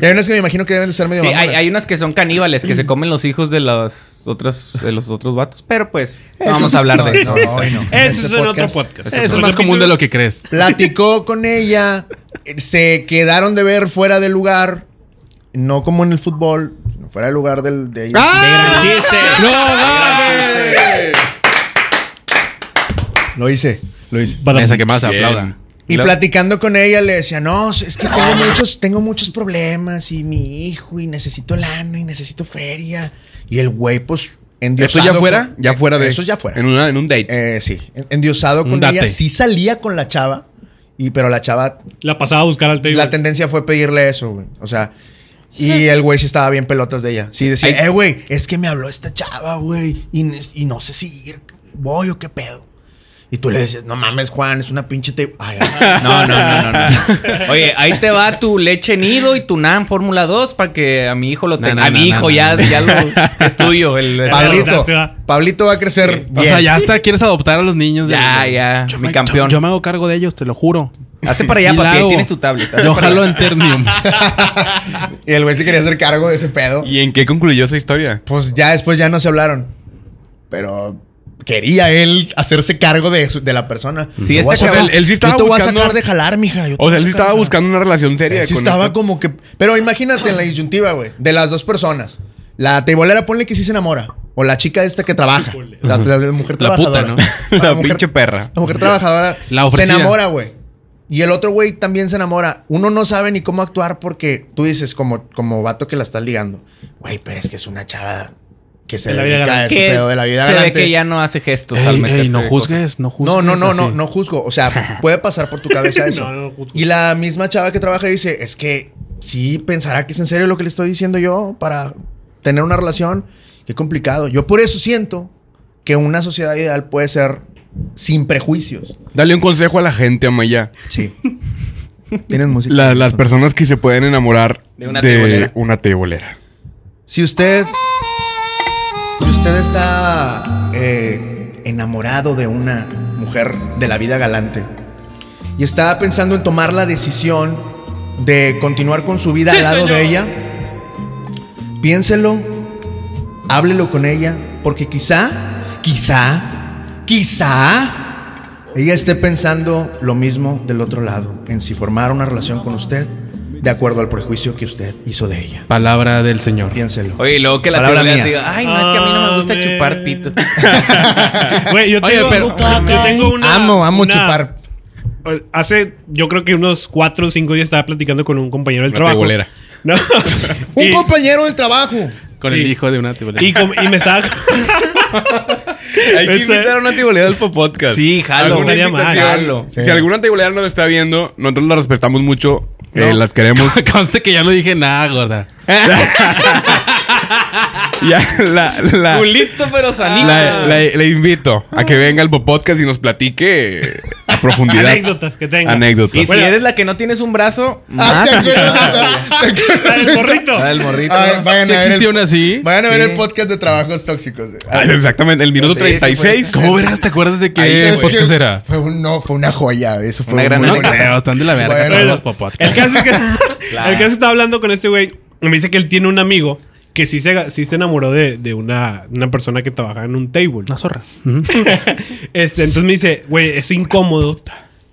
Speaker 4: Y hay unas que me imagino que deben de ser medio
Speaker 2: Sí, hay,
Speaker 4: mamonas.
Speaker 2: hay unas que son caníbales, que se comen los hijos de las otras, de los otros vatos. Pero pues, no
Speaker 4: Eso
Speaker 2: vamos
Speaker 4: sí-
Speaker 2: a hablar
Speaker 4: no,
Speaker 2: de eso.
Speaker 4: no, hoy no. En
Speaker 5: Ese es
Speaker 4: este
Speaker 5: en otro
Speaker 4: podcast.
Speaker 5: podcast.
Speaker 1: Eso es más común de lo que crees.
Speaker 4: Platicó con ella, eh, se quedaron de ver fuera de lugar, no como en el fútbol, sino fuera de lugar del, de ahí.
Speaker 5: ¡Ah! ¡Gran chiste!
Speaker 1: ¡No mames!
Speaker 4: Lo hice, lo hice.
Speaker 1: Esa que más aplauda.
Speaker 4: Y platicando con ella le decía, no, es que tengo muchos, tengo muchos problemas y mi hijo y necesito lana y necesito feria. Y el güey, pues,
Speaker 3: ¿Esto
Speaker 4: endiosado.
Speaker 3: ya
Speaker 4: con- eh,
Speaker 3: fuera? Ya fuera de.
Speaker 4: Eso ya fuera.
Speaker 3: En, una- en un date.
Speaker 4: Eh, sí, en- endiosado
Speaker 1: Un
Speaker 4: con
Speaker 1: date.
Speaker 4: ella. Sí salía con la chava, y, pero la chava
Speaker 5: La pasaba a buscar al table.
Speaker 4: La tendencia fue pedirle eso, güey. O sea, y el güey sí estaba bien pelotas de ella. Sí, decía, eh, güey, es que me habló esta chava, güey. Y, ne- y no sé si ir, voy o qué pedo. Y tú le dices, no mames, Juan, es una pinche te...
Speaker 3: *laughs*
Speaker 4: Ay, ay.
Speaker 2: No, no, no, no, no. *laughs* Oye, ahí te va tu leche nido y tu NAN Fórmula 2 para que a mi hijo lo
Speaker 1: No,
Speaker 2: tenga.
Speaker 1: no,
Speaker 2: a mi
Speaker 1: no,
Speaker 2: hijo
Speaker 1: no,
Speaker 2: ya,
Speaker 1: no.
Speaker 2: ya lo es tuyo. el- el-
Speaker 4: Pablito,
Speaker 5: se va.
Speaker 4: Pablito va a crecer
Speaker 1: O
Speaker 4: bien.
Speaker 1: sea, ya hasta quieres adoptar a los niños.
Speaker 2: Ya,
Speaker 1: del-
Speaker 2: ya,
Speaker 1: Yo
Speaker 2: mi
Speaker 1: me-
Speaker 2: campeón.
Speaker 1: Yo, me hago cargo de ellos, te lo juro.
Speaker 2: Hazte para allá,
Speaker 1: Sí la
Speaker 2: papi. ahí
Speaker 1: hago.
Speaker 2: Tienes tu tablet. hazte
Speaker 1: Yo
Speaker 2: para
Speaker 1: jalo
Speaker 2: allá.
Speaker 1: en Ternium.
Speaker 4: Y el güey se quería hacer cargo de ese pedo.
Speaker 3: ¿Y en qué concluyó esa historia?
Speaker 4: Pues ya después ya no se hablaron. Pero quería él hacerse cargo de, su- de la persona.
Speaker 2: Sí,
Speaker 4: Te voy a
Speaker 2: este
Speaker 4: sacar-
Speaker 3: cabrón- él sí estaba
Speaker 4: yo te voy a
Speaker 3: buscando-
Speaker 4: sacar de jalar, mija. yo te
Speaker 3: O
Speaker 4: voy a
Speaker 3: sea, él sí
Speaker 4: sacar
Speaker 3: estaba
Speaker 4: de jalar.
Speaker 3: buscando una relación seria.
Speaker 4: Sí
Speaker 3: con
Speaker 4: estaba
Speaker 3: esta-
Speaker 4: como que... Pero imagínate en la disyuntiva, güey. De las dos personas. La teibolera, ponle que sí se enamora. O la chica esta que trabaja. La, la mujer
Speaker 1: La puta,
Speaker 4: trabajadora.
Speaker 1: ¿no?
Speaker 2: *laughs*
Speaker 3: La
Speaker 4: mujer-
Speaker 3: pinche perra.
Speaker 4: La mujer trabajadora
Speaker 1: La
Speaker 4: se
Speaker 1: ofrecida.
Speaker 4: enamora, güey. Y el otro güey también se enamora. Uno no sabe ni cómo actuar porque tú dices, como, como vato que la estás ligando. Güey, pero es que es una chava que se
Speaker 5: De la vida
Speaker 4: dedica a
Speaker 5: galante.
Speaker 4: este
Speaker 2: Que
Speaker 4: pedo de la vida
Speaker 2: Se ve
Speaker 4: galante.
Speaker 2: que ya no hace gestos al
Speaker 1: Ey,
Speaker 2: meterse
Speaker 1: ey, no
Speaker 2: de
Speaker 1: juzgues, no juzgues.
Speaker 4: No, no, no,
Speaker 1: así.
Speaker 4: no, no juzgo.
Speaker 5: *laughs*
Speaker 4: O sea, puede pasar por tu cabeza eso.
Speaker 5: No, no juzgo.
Speaker 4: y la misma chava que trabaja dice, es que sí pensará que es en serio lo que le estoy diciendo yo para tener una relación. Qué complicado. Yo por eso siento que una sociedad ideal puede ser sin prejuicios.
Speaker 3: Dale un consejo a la gente, Amaya.
Speaker 4: Sí. Tienes música.
Speaker 3: La- las personas que se pueden enamorar
Speaker 2: De una teibolera.
Speaker 3: una teibolera.
Speaker 4: Si usted. Si usted está eh, enamorado de una mujer de la vida galante y está pensando en tomar la decisión de continuar con su vida al lado de ella, piénselo, háblelo con ella, porque quizá, quizá, quizá ella esté pensando lo mismo del otro lado, en si formar una relación con usted de acuerdo al prejuicio que usted hizo de ella.
Speaker 1: Palabra del Señor.
Speaker 4: Piénselo.
Speaker 2: Oye, y luego que la
Speaker 4: Palabra
Speaker 2: teoría
Speaker 4: mía.
Speaker 2: diga, ay, no, es que a mí no me gusta
Speaker 5: Amén.
Speaker 2: chupar pito.
Speaker 5: *laughs* Güey, yo
Speaker 1: Oye,
Speaker 5: tengo,
Speaker 1: pero-
Speaker 5: yo tengo una.
Speaker 4: amo, amo
Speaker 5: una-
Speaker 4: chupar.
Speaker 5: Hace, yo creo que unos 4 o 5 días estaba platicando con un compañero del
Speaker 3: Una
Speaker 5: trabajo.
Speaker 3: teibolera.
Speaker 5: No.
Speaker 4: Un
Speaker 5: Y-
Speaker 4: compañero del trabajo.
Speaker 1: Con
Speaker 5: Sí.
Speaker 1: el hijo de una tibolera. *laughs*
Speaker 5: y, com- y me estaba.
Speaker 3: Hay que
Speaker 5: Este-
Speaker 3: invitar a una teibolera al podcast.
Speaker 2: Sí, jalo.
Speaker 3: Alguna
Speaker 5: Estaría mal.
Speaker 3: invitación.
Speaker 2: Jalo.
Speaker 3: Si alguna teibolera nos está viendo, nosotros la respetamos mucho. eh,
Speaker 1: No.
Speaker 3: las queremos.
Speaker 1: Conste que ya no dije nada, gorda.
Speaker 3: *laughs* Ya, la, la,
Speaker 2: Ah. Culito, pero sanito.
Speaker 3: la- la- la invito a que venga al podcast y nos platique a profundidad.
Speaker 5: Anécdotas que tenga.
Speaker 3: Anécdotas.
Speaker 2: Y
Speaker 5: Bueno.
Speaker 2: si eres la que no tienes un brazo,
Speaker 4: Ah,
Speaker 2: más.
Speaker 4: ¿te acuerdas?
Speaker 5: La del morrito.
Speaker 2: Ah, La del morrito.
Speaker 4: Ah,
Speaker 2: güey.
Speaker 4: vayan,
Speaker 1: Si
Speaker 4: a ver
Speaker 1: existió
Speaker 4: el,
Speaker 1: una así.
Speaker 4: vayan a ver
Speaker 2: Sí.
Speaker 4: el podcast de trabajos tóxicos. güey.
Speaker 3: Ah, exactamente, el minuto
Speaker 2: Sí, sí,
Speaker 3: 36.
Speaker 1: ¿Cómo verás? ¿Te acuerdas de qué
Speaker 4: Ah, Es que
Speaker 1: podcast era?
Speaker 4: Fue un, no, fue una joya. Eso fue
Speaker 2: pues, Una gran
Speaker 4: muy
Speaker 1: No
Speaker 4: bonito.
Speaker 1: creo, están de la verga
Speaker 4: Bueno.
Speaker 1: todos
Speaker 5: Bueno,
Speaker 1: los
Speaker 5: el
Speaker 1: podcasts.
Speaker 5: caso es que
Speaker 3: *laughs*
Speaker 5: el caso está hablando con este güey. y Me dice que él tiene un amigo que sí se, sí se enamoró de, de una, una persona que trabajaba en un table.
Speaker 1: Una zorra.
Speaker 5: *laughs* Este, entonces me dice, güey, es incómodo.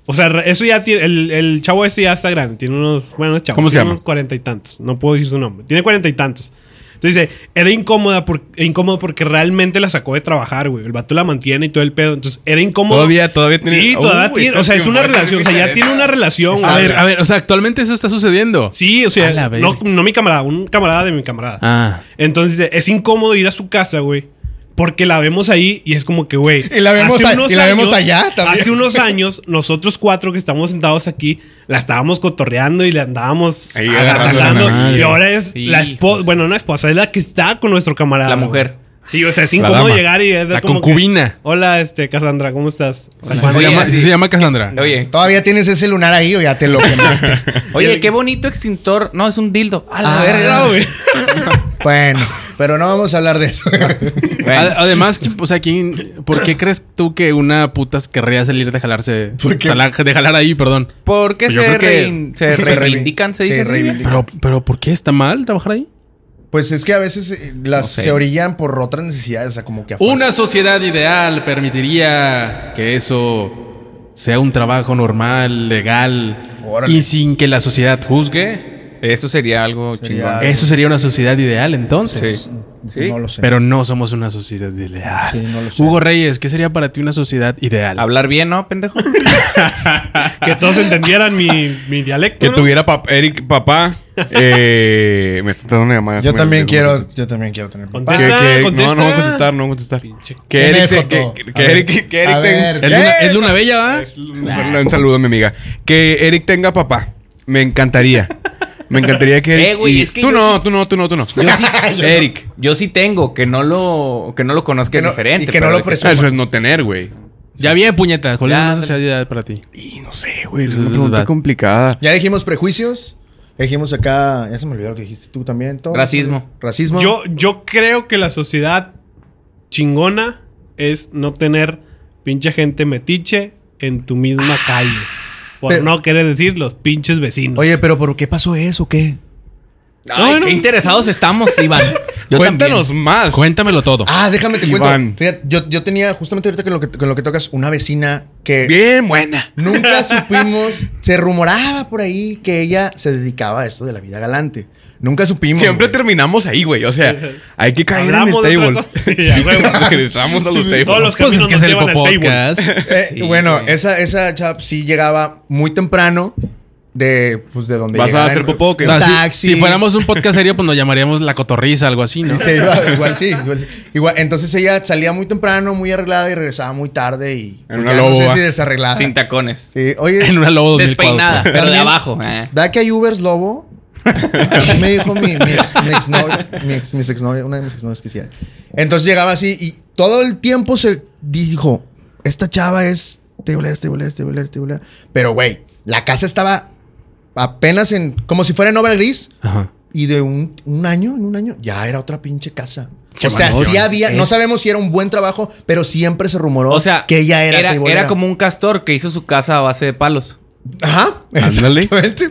Speaker 5: O sea, re- eso ya tiene. El, el chavo ese ya está grande. Tiene unos. Bueno, no es chavo.
Speaker 3: ¿Cómo se
Speaker 5: tiene
Speaker 3: llama?
Speaker 5: unos cuarenta y tantos. No puedo decir su nombre. Tiene cuarenta y tantos. Entonces dice, era incómoda por- incómodo porque realmente la sacó de trabajar, güey. El vato la mantiene y todo el pedo. Entonces era incómodo.
Speaker 3: Todavía, todavía tiene-
Speaker 5: Sí, todavía
Speaker 3: Uy,
Speaker 5: tiene. O sea, es una relación. O sea, ya tiene una relación,
Speaker 1: A
Speaker 5: güey.
Speaker 1: ver, a ver, o sea, actualmente eso está sucediendo.
Speaker 5: Sí, o
Speaker 1: A
Speaker 5: sea,
Speaker 1: la
Speaker 5: no,
Speaker 1: verga.
Speaker 5: no mi camarada, un camarada de mi camarada.
Speaker 1: Ah.
Speaker 5: Entonces dice, es incómodo ir a su casa, güey. Porque la vemos ahí y es como que, güey.
Speaker 4: Y la vemos
Speaker 5: hace
Speaker 4: a-
Speaker 5: unos
Speaker 4: y la vemos allá también.
Speaker 5: Hace
Speaker 4: *laughs*
Speaker 5: unos años, nosotros cuatro que estamos sentados aquí, la estábamos cotorreando y la andábamos
Speaker 3: Ahí
Speaker 1: agarrando
Speaker 5: agasalando.
Speaker 1: la mano.
Speaker 5: Y ahora es
Speaker 2: Sí,
Speaker 5: la esposa,
Speaker 4: pues.
Speaker 2: hijos.
Speaker 5: bueno, no esposa, es la que está con nuestro camarada.
Speaker 2: La
Speaker 5: güey.
Speaker 2: mujer.
Speaker 5: Sí, o sea, es
Speaker 3: La
Speaker 5: incómodo
Speaker 3: dama.
Speaker 5: llegar y es de
Speaker 1: La
Speaker 5: como que,
Speaker 1: concubina.
Speaker 5: Hola, este, Cassandra, ¿cómo estás?
Speaker 1: Así
Speaker 2: Oye,
Speaker 1: se, llama, así
Speaker 2: sí.
Speaker 1: se llama Cassandra.
Speaker 2: Oye,
Speaker 4: ¿Todavía tienes ese lunar ahí o ya te lo quemaste?
Speaker 2: *laughs* oye, qué bonito extintor. No, es un dildo. A la
Speaker 4: Ah,
Speaker 2: verga, güey.
Speaker 4: bueno, pero no vamos a hablar de eso.
Speaker 1: Ad- Además, ¿quién- o sea, ¿quién, ¿por qué crees tú que una puta querría salir de jalarse?
Speaker 4: ¿Por qué?
Speaker 1: O sea, la- de jalar ahí, perdón.
Speaker 2: ¿Por qué
Speaker 1: Pues yo
Speaker 2: se,
Speaker 1: creo que-
Speaker 4: *laughs*
Speaker 2: rein- se reivindican? ¿Se dice así, güey?
Speaker 4: reivindican.
Speaker 1: Pero, pero ¿por qué está mal trabajar ahí?
Speaker 4: Pues es que a veces eh, las
Speaker 2: No sé.
Speaker 4: se orillan por otras necesidades, o sea, como que a fuerza.
Speaker 1: Una sociedad ideal permitiría que eso sea un trabajo normal, legal
Speaker 4: Órale.
Speaker 1: y sin que la sociedad juzgue.
Speaker 2: Eso sería algo
Speaker 4: Sería-
Speaker 2: chingón.
Speaker 4: Claro.
Speaker 1: Eso sería una sociedad ideal entonces.
Speaker 2: Sí.
Speaker 4: No lo sé.
Speaker 1: Pero no somos una sociedad ideal.
Speaker 4: Sí, no lo sé.
Speaker 1: Hugo Reyes, ¿qué sería para ti una sociedad ideal?
Speaker 2: Hablar bien, ¿no, pendejo?
Speaker 5: *laughs* Que todos entendieran mi, mi dialecto.
Speaker 3: Que
Speaker 5: ¿no?
Speaker 3: tuviera pap- Eric papá. Eh, me está dando una llamada.
Speaker 4: yo
Speaker 3: Me-
Speaker 4: también
Speaker 3: me-
Speaker 4: quiero, yo también quiero tener papá.
Speaker 3: Que-
Speaker 5: Contesta,
Speaker 3: que-
Speaker 5: contesta.
Speaker 3: No, no voy a contestar, no voy a contestar. Que
Speaker 4: ¿Quién
Speaker 3: Eric,
Speaker 4: es,
Speaker 3: se-
Speaker 4: Joto?
Speaker 3: que- que-
Speaker 4: A
Speaker 3: que
Speaker 4: ver.
Speaker 3: Eric, que Eric
Speaker 4: A
Speaker 3: tenga-
Speaker 4: ver,
Speaker 1: Es
Speaker 3: ¿Qué?
Speaker 1: Luna, es Luna Bella, ¿va?
Speaker 3: Es Luna- Un saludo a mi amiga. Que Eric tenga papá. Me encantaría. Me encantaría que Eric.
Speaker 2: Eh, güey,
Speaker 3: y-
Speaker 2: es que
Speaker 3: tú
Speaker 2: yo
Speaker 3: no,
Speaker 2: sí-
Speaker 3: tú no, tú no, tú no.
Speaker 2: Yo sí,
Speaker 4: Yo
Speaker 2: *laughs*
Speaker 4: no.
Speaker 2: Eric, yo sí tengo, que no lo, que no lo conozca
Speaker 4: Que
Speaker 2: es
Speaker 4: no-
Speaker 2: diferente.
Speaker 4: y que no
Speaker 2: pero
Speaker 4: lo
Speaker 2: de
Speaker 4: presume.
Speaker 3: Eso es no tener, güey.
Speaker 1: Ya bien, puñetas. ¿Cuál
Speaker 2: Ya,
Speaker 1: es una sociedad ideal para ti?
Speaker 3: Y no sé, güey. Es
Speaker 1: Eso
Speaker 3: una
Speaker 1: es
Speaker 3: pregunta
Speaker 1: verdad.
Speaker 3: complicada.
Speaker 4: Ya dijimos prejuicios, ya dijimos acá, ya se me olvidó lo que dijiste tú también. todo.
Speaker 2: Racismo.
Speaker 4: Racismo.
Speaker 5: Yo, yo creo que la sociedad chingona es no tener pinche gente metiche en tu misma
Speaker 7: Ah.
Speaker 5: calle. Por
Speaker 4: Pero-
Speaker 5: no querer decir los pinches vecinos.
Speaker 4: Oye, pero ¿por qué pasó eso? ¿Qué?
Speaker 2: Ay,
Speaker 5: Bueno.
Speaker 2: qué interesados estamos, Iván. Yo
Speaker 3: Cuéntanos más.
Speaker 1: Cuéntamelo todo.
Speaker 4: Ah, déjame te cuento.
Speaker 3: Iván.
Speaker 4: Fíjate, yo, yo tenía justamente ahorita con lo, que, con lo que tocas una vecina que
Speaker 3: Bien buena. *laughs*
Speaker 4: nunca supimos, se rumoraba por ahí que ella se dedicaba a esto de la vida galante. Nunca supimos.
Speaker 3: Siempre
Speaker 4: güey.
Speaker 3: terminamos ahí, güey. O sea, hay que caer
Speaker 5: Hablamos de
Speaker 3: en el
Speaker 5: otra
Speaker 3: table.
Speaker 5: cosa. Ya,
Speaker 3: Sí,
Speaker 5: güey.
Speaker 3: *laughs* regresamos a los tables.
Speaker 5: Todos los
Speaker 1: pues
Speaker 5: caminos
Speaker 1: es que
Speaker 5: nos
Speaker 1: es el
Speaker 5: llevan al table.
Speaker 1: podcast.
Speaker 4: *laughs* Eh,
Speaker 2: Sí,
Speaker 4: bueno,
Speaker 2: güey.
Speaker 4: esa, esa chava sí llegaba muy temprano de, pues, de donde
Speaker 3: ¿Vas a
Speaker 4: llegara
Speaker 3: hacer
Speaker 4: en-
Speaker 3: popó o qué?
Speaker 4: en
Speaker 1: O sea, si-
Speaker 4: taxi.
Speaker 1: si, fuéramos un podcast serio, pues nos llamaríamos La Cotorriza, algo así, ¿no?
Speaker 4: Y
Speaker 3: *laughs*
Speaker 4: se iba, igual sí, igual sí. Igual, entonces ella salía muy temprano, muy arreglada y regresaba muy tarde y...
Speaker 3: En
Speaker 4: ya
Speaker 3: una
Speaker 4: no sé
Speaker 3: loba.
Speaker 4: si desarreglada.
Speaker 2: Sin tacones.
Speaker 4: Sí,
Speaker 2: *laughs*
Speaker 4: oye...
Speaker 1: *laughs* En una Lobo 2004.
Speaker 2: Despeinada, pero de
Speaker 4: También-
Speaker 2: abajo. eh.
Speaker 4: ¿Da que hay Ubers lobo? Así me dijo mi, mi ex- mi exnovia, mi ex- mis exnovia- una de mis exnovias que hiciera. Entonces llegaba así y todo el tiempo se dijo, esta chava es tibolera, tibolera, tibolera, tibolera. Pero, güey, la casa estaba apenas en... Como si fuera en obra gris.
Speaker 1: Ajá.
Speaker 4: Y de un, un año, en un año, ya era otra pinche casa.
Speaker 1: Qué
Speaker 4: o sea,
Speaker 1: valor.
Speaker 4: sí había... No
Speaker 2: Es-
Speaker 4: sabemos si era un buen trabajo, pero siempre se rumoró
Speaker 2: O sea,
Speaker 4: que ella era, teibolera.
Speaker 2: era como un castor que hizo su casa a base de palos.
Speaker 4: Ajá.
Speaker 1: ¿Ah,
Speaker 3: Ándale.
Speaker 4: Exactamente.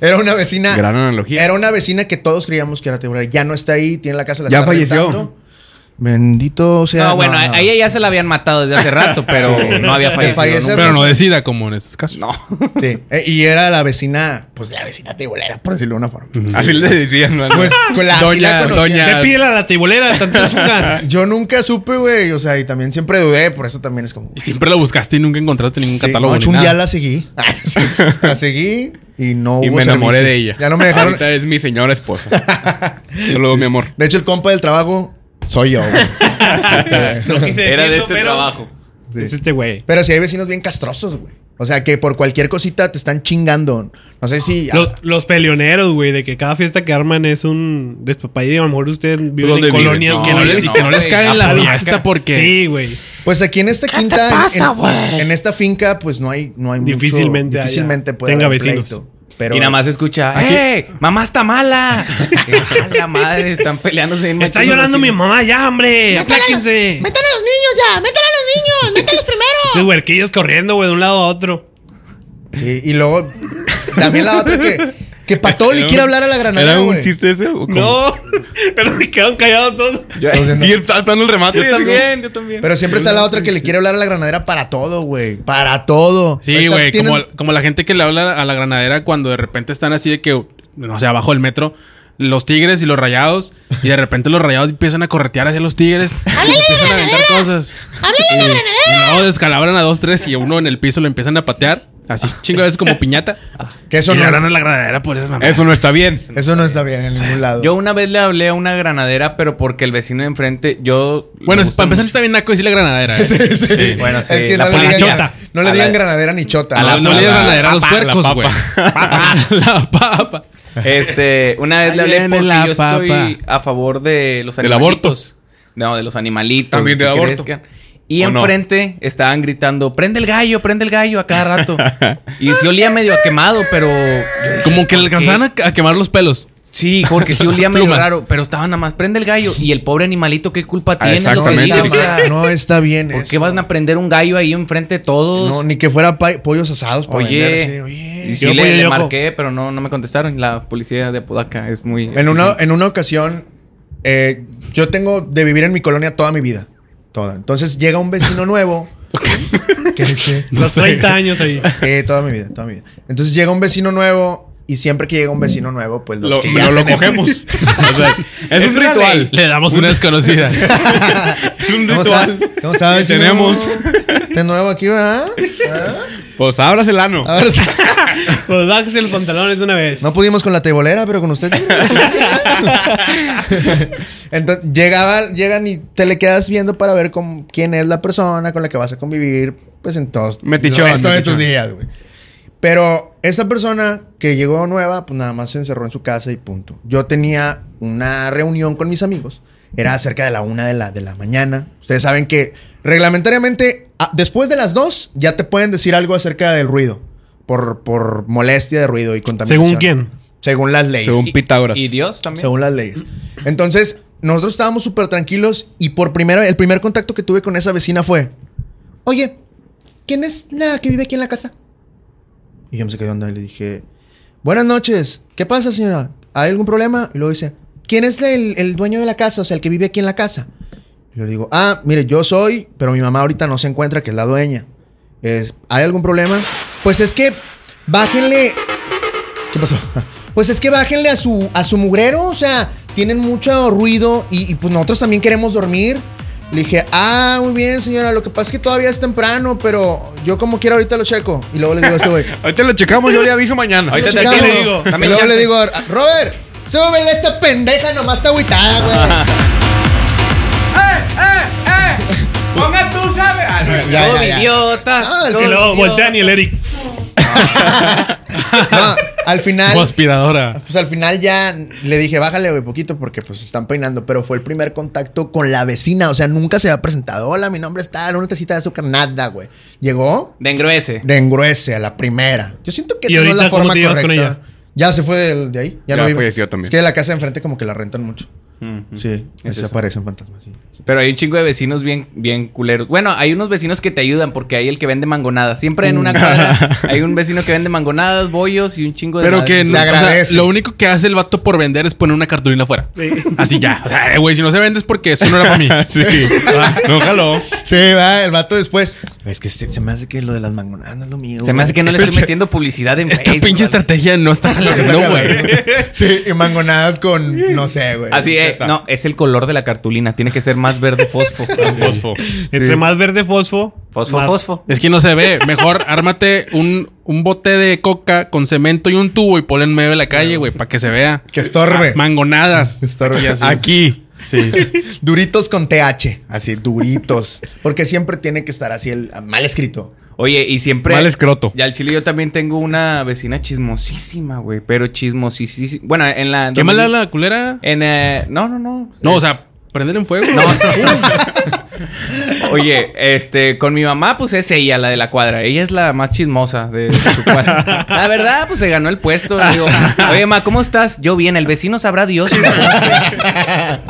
Speaker 4: Era una vecina...
Speaker 3: Gran analogía.
Speaker 4: Era una vecina que todos creíamos que era tiburón. Ya no está ahí, tiene la casa, la
Speaker 3: Ya
Speaker 4: está
Speaker 3: falleció.
Speaker 4: rentando. Bendito sea.
Speaker 2: no, bueno, a- a ella ya se la habían matado desde hace
Speaker 4: *laughs*
Speaker 2: rato, pero
Speaker 4: Sí.
Speaker 2: no había
Speaker 4: De
Speaker 2: fallecido.
Speaker 4: fallecer,
Speaker 2: nunca.
Speaker 1: Pero no decida como en estos casos.
Speaker 2: No.
Speaker 4: Sí. Eh, Y era la vecina, pues la vecina tiburera, por decirlo de una forma.
Speaker 3: Así le decían. ¿no?
Speaker 4: Pues con
Speaker 1: Ah,
Speaker 4: la, así la
Speaker 3: Doña,
Speaker 4: conocía.
Speaker 3: doña.
Speaker 5: Me pide la, la tibolera, tanto es una-
Speaker 4: Yo nunca supe, güey. O sea, y también siempre dudé, por eso también es como.
Speaker 1: Y siempre la buscaste y nunca encontraste ningún
Speaker 4: Sí,
Speaker 1: catálogo.
Speaker 4: no,
Speaker 1: ni
Speaker 4: un
Speaker 1: nada.
Speaker 4: día la seguí. Ah, la seguí y no
Speaker 3: Y
Speaker 4: hubo
Speaker 3: me enamoré
Speaker 4: servicios.
Speaker 3: de ella.
Speaker 4: Ya no me dejaron.
Speaker 3: Ahorita es mi señora esposa.
Speaker 4: *laughs*
Speaker 3: Saludos, mi amor.
Speaker 4: De hecho, el compa del trabajo soy yo, güey.
Speaker 5: No quise
Speaker 2: Era de
Speaker 5: decirlo,
Speaker 2: este
Speaker 5: pero-
Speaker 2: trabajo.
Speaker 5: Es este güey.
Speaker 4: Pero si hay vecinos bien castrosos, güey. O sea, que por cualquier cosita te están chingando. No sé si...
Speaker 5: Los, los peleoneros, güey, de que cada fiesta que arman es un despapalle. A lo mejor ustedes viven en
Speaker 3: ¿Dónde viven?
Speaker 5: colonias.
Speaker 1: Y que no,
Speaker 5: güey.
Speaker 1: les- y que no les
Speaker 2: güey,
Speaker 1: caiga en la
Speaker 5: Apodaca.
Speaker 1: fiesta porque...
Speaker 5: Sí, güey.
Speaker 4: Pues aquí en esta quinta. en- en, en esta finca, pues no hay, no hay mucho-
Speaker 5: Difícilmente haya-
Speaker 4: Difícilmente puede
Speaker 5: tenga
Speaker 4: haber
Speaker 5: vecinos.
Speaker 4: pleito, pero
Speaker 2: y nada más escucha, ¡eh! ¡Mamá está mala! *laughs* ¡A la madre! Están peleándose. bien
Speaker 5: Está
Speaker 2: machín los
Speaker 5: llorando mi
Speaker 2: vecinos.
Speaker 5: mamá ya, hombre. Apláquense.
Speaker 7: ¡Métale a los niños ya! ¡Métale a los niños! ¡Mételos
Speaker 5: Estos
Speaker 7: primero!
Speaker 5: huerquillos corriendo, güey, de un lado a otro.
Speaker 4: Sí, y luego. También la otra que. Que Patoli quiere hablar a la granadera.
Speaker 3: ¿Era un
Speaker 4: güey.
Speaker 3: chiste ese? o cómo?
Speaker 5: Pero se quedaron callados todos.
Speaker 3: *laughs*
Speaker 4: *laughs* Entonces, no.
Speaker 3: Y él estaba esperando el remate.
Speaker 2: Yo también, yo también.
Speaker 4: Pero siempre está la otra que le quiere hablar a la granadera para todo, güey. Para todo.
Speaker 1: Sí,
Speaker 4: Esta
Speaker 1: güey,
Speaker 4: tienen-
Speaker 1: como, como la gente que le habla a la granadera cuando de repente están así de que, no sé, abajo del metro, los tigres y los rayados, y de repente los rayados empiezan a corretear hacia los tigres, y
Speaker 7: *laughs* ¡Háblale
Speaker 1: empiezan
Speaker 7: a la
Speaker 1: a aventar
Speaker 7: granadera!
Speaker 1: cosas.
Speaker 7: ¡Háblale a la granadera!
Speaker 1: Y luego descalabran a dos, tres, y uno en el piso lo empiezan a patear, así chingo de veces como piñata,
Speaker 4: Que eso
Speaker 1: y le hablan
Speaker 4: no,
Speaker 1: a la granadera por esas mamadas.
Speaker 3: Eso no está bien.
Speaker 4: eso no está bien en ningún lado.
Speaker 2: Yo una vez le hablé a una granadera, pero porque el vecino de enfrente, yo.
Speaker 1: Bueno,
Speaker 2: me
Speaker 1: es-
Speaker 2: gusta
Speaker 1: para empezar
Speaker 2: mucho-
Speaker 1: está bien naco decirle granadera. ¿eh?
Speaker 4: Sí, sí.
Speaker 2: bueno, sí,
Speaker 4: *laughs* Es que
Speaker 2: la
Speaker 4: no, le
Speaker 2: policía.
Speaker 4: digan,
Speaker 5: Chota.
Speaker 4: no le
Speaker 2: A
Speaker 4: digan
Speaker 2: la-
Speaker 4: granadera ni chota.
Speaker 2: a
Speaker 1: No,
Speaker 2: la-
Speaker 1: no le digas
Speaker 2: la
Speaker 1: granadera a los
Speaker 5: papa, la
Speaker 1: puercos,
Speaker 5: papa.
Speaker 1: güey. *laughs* La papa.
Speaker 2: Este, una vez le
Speaker 1: Ahí
Speaker 2: hablé
Speaker 1: viene
Speaker 2: porque
Speaker 1: la
Speaker 2: yo estoy a favor de los
Speaker 3: Del
Speaker 2: animalitos. No, de los animalitos.
Speaker 3: También
Speaker 2: que
Speaker 3: del aborto.
Speaker 2: crezcan. Y
Speaker 3: ¿O no?
Speaker 2: enfrente estaban gritando, prende el gallo, prende el gallo a cada
Speaker 3: *laughs*
Speaker 2: rato. y sí olía medio a quemado, pero... yo dije,
Speaker 1: Como que le
Speaker 2: "¿Por qué?".
Speaker 1: alcanzaban a, a quemar los pelos.
Speaker 2: Sí, porque sí
Speaker 1: *laughs*
Speaker 2: olía medio
Speaker 1: Plumas.
Speaker 2: raro, pero estaban nada más, prende el gallo. Y el pobre animalito, ¿qué culpa
Speaker 3: Ah,
Speaker 2: tiene?
Speaker 4: no,
Speaker 3: Exactamente.
Speaker 4: está
Speaker 2: No,
Speaker 3: Exactamente. *laughs*
Speaker 4: mal, no está bien.
Speaker 2: ¿Por
Speaker 4: eso.
Speaker 2: qué van a prender un gallo ahí enfrente de todos?
Speaker 4: No, ni que fuera pa- pollos asados para
Speaker 2: Oye,
Speaker 4: vender, sí, oye.
Speaker 2: y sí
Speaker 5: Yo apoyo
Speaker 2: le, le
Speaker 5: Yoko.
Speaker 2: marqué, pero no, no me contestaron. La policía de Apodaca es muy...
Speaker 4: En una, en una ocasión, eh, yo tengo de vivir en mi colonia toda mi vida. Toda. Entonces llega un vecino
Speaker 2: *laughs*
Speaker 4: nuevo. que, que-
Speaker 5: Los 30 años ahí.
Speaker 4: eh, toda mi vida, toda mi vida. Entonces llega un vecino nuevo y siempre que llega un vecino nuevo, pues los
Speaker 3: Lo,
Speaker 4: que
Speaker 3: lo-
Speaker 4: ya
Speaker 3: lo
Speaker 4: tenemos-
Speaker 3: cogemos. *laughs* O sea, es, un
Speaker 2: una
Speaker 3: ritual.
Speaker 1: Le damos una
Speaker 3: *laughs*
Speaker 1: desconocida.
Speaker 3: Es un
Speaker 4: ¿Cómo está?
Speaker 3: ritual. *laughs*
Speaker 4: ¿Cómo está,
Speaker 3: Que
Speaker 4: vecino?
Speaker 3: tenemos.
Speaker 4: De nuevo aquí, ¿verdad? ¿Ah?
Speaker 3: Pues abras el ano.
Speaker 4: A ver, si-
Speaker 5: Pues bájese los pantalones de una vez.
Speaker 4: no pudimos con la tebolera, pero con usted. *laughs* Entonces llegaban, llegan y te le quedas viendo para ver con quién es la persona con la que vas a convivir, pues en todos
Speaker 3: Metichón,
Speaker 4: el resto de
Speaker 3: metichón.
Speaker 4: tus días, güey. Pero esta persona que llegó nueva, pues nada más se encerró en su casa y punto. Yo tenía una reunión con mis amigos. Era cerca de la una de la, de la mañana. Ustedes saben que reglamentariamente, a- después de las dos, ya te pueden decir algo acerca del ruido. Por, por molestia de ruido y contaminación.
Speaker 5: ¿Según quién?
Speaker 4: Según las leyes.
Speaker 3: Según Pitágoras.
Speaker 2: ¿Y Dios también?
Speaker 4: Según las leyes. Entonces, nosotros estábamos súper tranquilos y por primera el primer contacto que tuve con esa vecina fue, oye, ¿quién es la que vive aquí en la casa? Y yo me quedé onda y le dije, buenas noches, ¿qué pasa señora? ¿Hay algún problema? Y luego dice, ¿quién es el, el dueño de la casa? O sea, el que vive aquí en la casa. Y yo le digo, ah, mire, yo soy, pero mi mamá ahorita no se encuentra, que es la dueña. Es, ¿Hay algún problema? Pues es que bájenle, ¿Qué pasó? *laughs* Pues es que bájenle a su, a su mugrero, o sea, tienen mucho ruido y, y, pues nosotros también queremos dormir. Le dije, ah, muy bien, señora, lo que pasa es que todavía es temprano, pero yo como quiera ahorita lo checo. Y luego le digo
Speaker 2: *laughs*
Speaker 4: a este güey.
Speaker 3: Ahorita lo checamos, yo le aviso mañana.
Speaker 2: Ahorita
Speaker 4: "Lo
Speaker 2: te- aquí
Speaker 4: checamos".
Speaker 2: le digo, dame
Speaker 4: Y luego
Speaker 2: chance.
Speaker 4: le digo, a- Robert, súbele a esta pendeja, nomás está agüitada, güey.
Speaker 2: ¡Eh, ¡Ponga tú, sabes! Ah, no,
Speaker 4: Ya,
Speaker 2: todo
Speaker 4: ya, ya.
Speaker 2: idiotas.
Speaker 4: Ah, al
Speaker 2: todo
Speaker 5: Y luego
Speaker 2: idiota.
Speaker 5: voltean y el Eric.
Speaker 4: *laughs* No, al final.
Speaker 1: Como aspiradora.
Speaker 4: Pues al final ya le dije, bájale, güey, poquito, porque pues están peinando. Pero fue el primer contacto con la vecina. O sea, nunca se había presentado. Hola, mi nombre es tal, una tacita de azúcar, nada, güey. Llegó
Speaker 2: De engruese.
Speaker 4: de engruese a la primera. Yo siento que
Speaker 5: ¿Y
Speaker 4: esa no es
Speaker 5: ahorita
Speaker 4: la
Speaker 5: cómo
Speaker 4: forma
Speaker 5: te llevas
Speaker 4: correcta.
Speaker 5: con ella?
Speaker 4: Ya se fue del- de ahí.
Speaker 3: Ya
Speaker 4: Ya, no vive.
Speaker 3: falleció también.
Speaker 4: Es que de la casa de enfrente como que la rentan mucho. Sí,
Speaker 2: Es
Speaker 4: se
Speaker 2: eso.
Speaker 4: aparecen fantasmas. Sí.
Speaker 2: Pero hay un chingo de vecinos bien, bien culeros. Bueno, hay unos vecinos que te ayudan porque hay el que vende mangonadas. Siempre en
Speaker 1: Mm.
Speaker 2: una cuadra
Speaker 1: *laughs*
Speaker 2: hay un vecino que vende mangonadas, bollos y un chingo de.
Speaker 1: Pero que
Speaker 2: madres.
Speaker 1: no,
Speaker 4: Se
Speaker 1: o sea,
Speaker 4: agradece.
Speaker 1: lo único que hace el vato por vender es poner una cartulina afuera. Así ya. O sea, eh, güey, si no se vende es porque eso no era para mí.
Speaker 3: *laughs*
Speaker 1: Ah,
Speaker 3: Sí. No jaló.
Speaker 4: Sí, va, el vato después. Es que se, se me hace que lo de las mangonadas no es lo mío.
Speaker 2: Se me hace que no le estoy metiendo publicidad en
Speaker 1: Esta
Speaker 2: Facebook,
Speaker 1: pinche
Speaker 2: ¿vale?
Speaker 1: estrategia no está
Speaker 4: *laughs*
Speaker 1: jalando, güey.
Speaker 4: Sí, y mangonadas con, no sé, güey.
Speaker 2: Así eh, es. No, es el color de la cartulina. Tiene que ser más verde
Speaker 1: *laughs*
Speaker 2: fosfo.
Speaker 3: Fosfo.
Speaker 5: Entre más verde fosfo.
Speaker 2: fosfo,
Speaker 5: más-
Speaker 2: fosfo.
Speaker 1: Es que no se ve. Mejor ármate un, un bote de coca con cemento y un tubo y ponlo en medio de la calle, güey, para que se vea. Ah,
Speaker 4: Que estorbe.
Speaker 1: Mangonadas.
Speaker 4: Estorbe.
Speaker 1: Y así.
Speaker 3: Aquí.
Speaker 1: Sí.
Speaker 4: *laughs* Duritos con TH. Así, duritos. Porque siempre tiene que estar así el mal escrito.
Speaker 2: Oye, y siempre.
Speaker 3: Mal escroto.
Speaker 2: Y al chile yo también tengo una vecina chismosísima, güey. Pero chismosísima. Bueno, en la.
Speaker 1: ¿Qué mala la culera?
Speaker 2: En, eh, no, no, no.
Speaker 1: No, o
Speaker 2: Es-
Speaker 1: sea, prender en fuego. *laughs*
Speaker 3: *laughs*
Speaker 2: Oye, este, con mi mamá, pues es ella, la de la cuadra. Ella es la más chismosa de, de su cuadra. La verdad, pues se ganó el puesto. Digo, oye, ma, ¿cómo estás? Yo bien, el vecino sabrá Dios.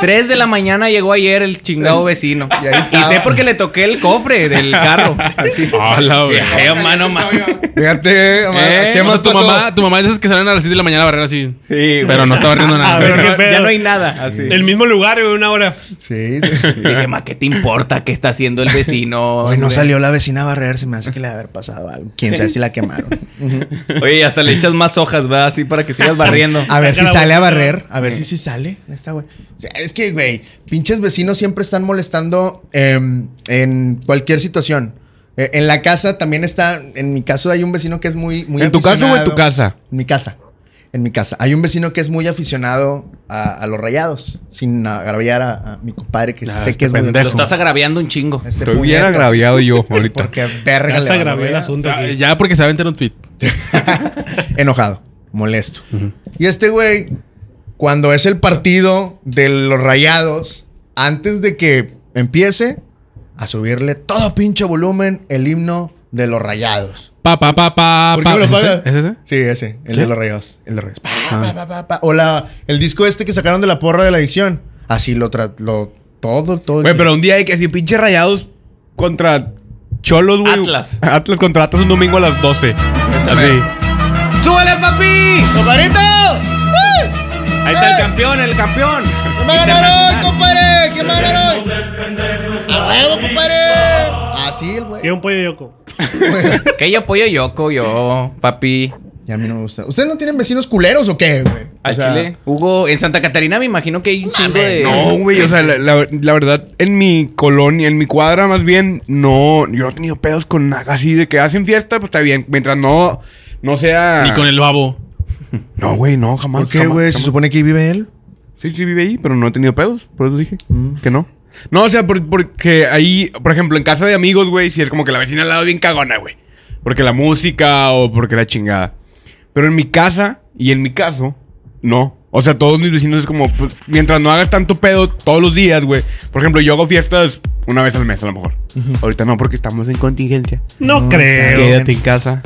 Speaker 2: Tres de la mañana llegó ayer el chingado vecino.
Speaker 4: Y ahí
Speaker 2: Y,
Speaker 4: estaba.
Speaker 2: sé porque le toqué el cofre del carro. Así.
Speaker 1: Hola, güey.
Speaker 2: Qué feo, eh, mano, ma.
Speaker 4: Fíjate, mamá,
Speaker 2: Eh,
Speaker 4: ¿qué más
Speaker 1: tu
Speaker 4: pasó?
Speaker 1: mamá, tu mamá es esas que salen a las 6 de la mañana a barrer así.
Speaker 2: Sí,
Speaker 1: Pero no está barriendo
Speaker 5: A
Speaker 2: *laughs*
Speaker 1: nada.
Speaker 5: ver, qué pedo.
Speaker 2: ya no hay nada. Así.
Speaker 5: El mismo lugar, güey, una hora.
Speaker 4: Sí, *laughs* sí.
Speaker 2: Y Dije, ma, ¿qué te importa qué está haciendo el vecino?
Speaker 4: Hoy no
Speaker 2: Güey.
Speaker 4: salió la vecina a barrer, se me hace que le ha de haber pasado algo. Quién sabe si la quemaron.
Speaker 2: Oye, y hasta le echas más hojas, ¿verdad? Así para que
Speaker 4: *laughs*
Speaker 2: sigas barriendo.
Speaker 4: A ver si
Speaker 5: Saca la
Speaker 4: sale a
Speaker 5: bolsita.
Speaker 4: barrer. A ver si sí sale. Esta, güey. O sea, es que, güey, pinches vecinos siempre están molestando em, en cualquier situación. Eh, en la casa también está. En mi caso hay un vecino que es muy. muy
Speaker 3: ¿En tu casa o en tu
Speaker 4: aficionado-
Speaker 3: casa?
Speaker 4: En mi casa. En mi casa. Hay un vecino que es muy aficionado a, a los rayados. Sin agraviar a, a mi compadre, que
Speaker 3: Ah,
Speaker 4: sé
Speaker 3: este
Speaker 4: que es muy
Speaker 2: Lo estás agraviando un chingo.
Speaker 4: Este
Speaker 3: Estoy bien
Speaker 4: puñetas.
Speaker 3: agraviado
Speaker 4: *laughs*
Speaker 3: yo ahorita.
Speaker 4: Porque verga
Speaker 5: Ya
Speaker 4: le
Speaker 5: se
Speaker 4: van a
Speaker 5: grabé el
Speaker 4: rayar.
Speaker 5: asunto.
Speaker 1: Ya,
Speaker 5: güey.
Speaker 1: ya porque se va a enterar un tweet.
Speaker 4: enojado, molesto. Y este güey, cuando es el partido de los rayados, antes de que empiece, a subirle todo pinche volumen el himno de los rayados.
Speaker 1: Pa, pa, pa, pa,
Speaker 4: ¿Por qué
Speaker 1: pa.
Speaker 4: me lo
Speaker 1: ¿Es
Speaker 4: pagas?
Speaker 1: ese? ¿Es ese?
Speaker 4: Sí, ese, el
Speaker 1: ¿Qué?
Speaker 4: de los rayados. El de los rayados. Pa, pa, pa, pa, pa. O la, el disco este que sacaron de la porra de la adicción. Así lo, tra- lo todo, todo. el
Speaker 3: Güey,
Speaker 4: día.
Speaker 3: pero un día hay que así, pinche rayados contra cholos, güey.
Speaker 2: Atlas.
Speaker 3: Atlas contra Atlas un domingo a las 12. Así.
Speaker 2: ¡Súbele, papi! ¡Eh!
Speaker 4: ¡Compadrito!
Speaker 2: Ahí está el campeón, el campeón.
Speaker 4: ¿Qué me ganaron, compadre? ¿Qué me ganaron? ¡A huevo, compadre! Así el güey.
Speaker 5: Quiero un pollo de yoco.
Speaker 2: Que yo apoyo Yoko, yo, papi.
Speaker 4: *laughs* Y a mí no me gusta. ¿Ustedes no tienen vecinos culeros o qué, güey? O
Speaker 2: Al
Speaker 4: sea,
Speaker 2: Chile. Hugo, en Santa Catarina me imagino que hay un chingo de.
Speaker 3: No, güey, o sea, la, la- la verdad, en mi colonia, en mi cuadra más bien, no, yo no he tenido pedos con nada así de que hacen fiesta, pues está bien, mientras no, no sea...
Speaker 1: Ni con el babo.
Speaker 3: No, güey, no, jamás.
Speaker 4: ¿Por qué,
Speaker 3: jamás,
Speaker 4: güey? Se
Speaker 3: jamás.
Speaker 4: supone que ahí vive él.
Speaker 3: Sí, sí vive ahí, pero no he tenido pedos, por eso dije
Speaker 1: Mm.
Speaker 3: que no. No, o sea, por- porque ahí, por ejemplo, en casa de amigos, güey, sí es como que la vecina al lado es bien cagona, güey. Porque la música o porque la chingada. Pero en mi casa, y en mi caso, no. O sea, todos mis vecinos es como, pues, mientras no hagas tanto pedo todos los días, güey. Por ejemplo, yo hago fiestas una vez al mes, a lo mejor. Ahorita no, porque estamos en contingencia.
Speaker 5: No,
Speaker 4: No,
Speaker 5: creo.
Speaker 4: está bien.
Speaker 3: en casa.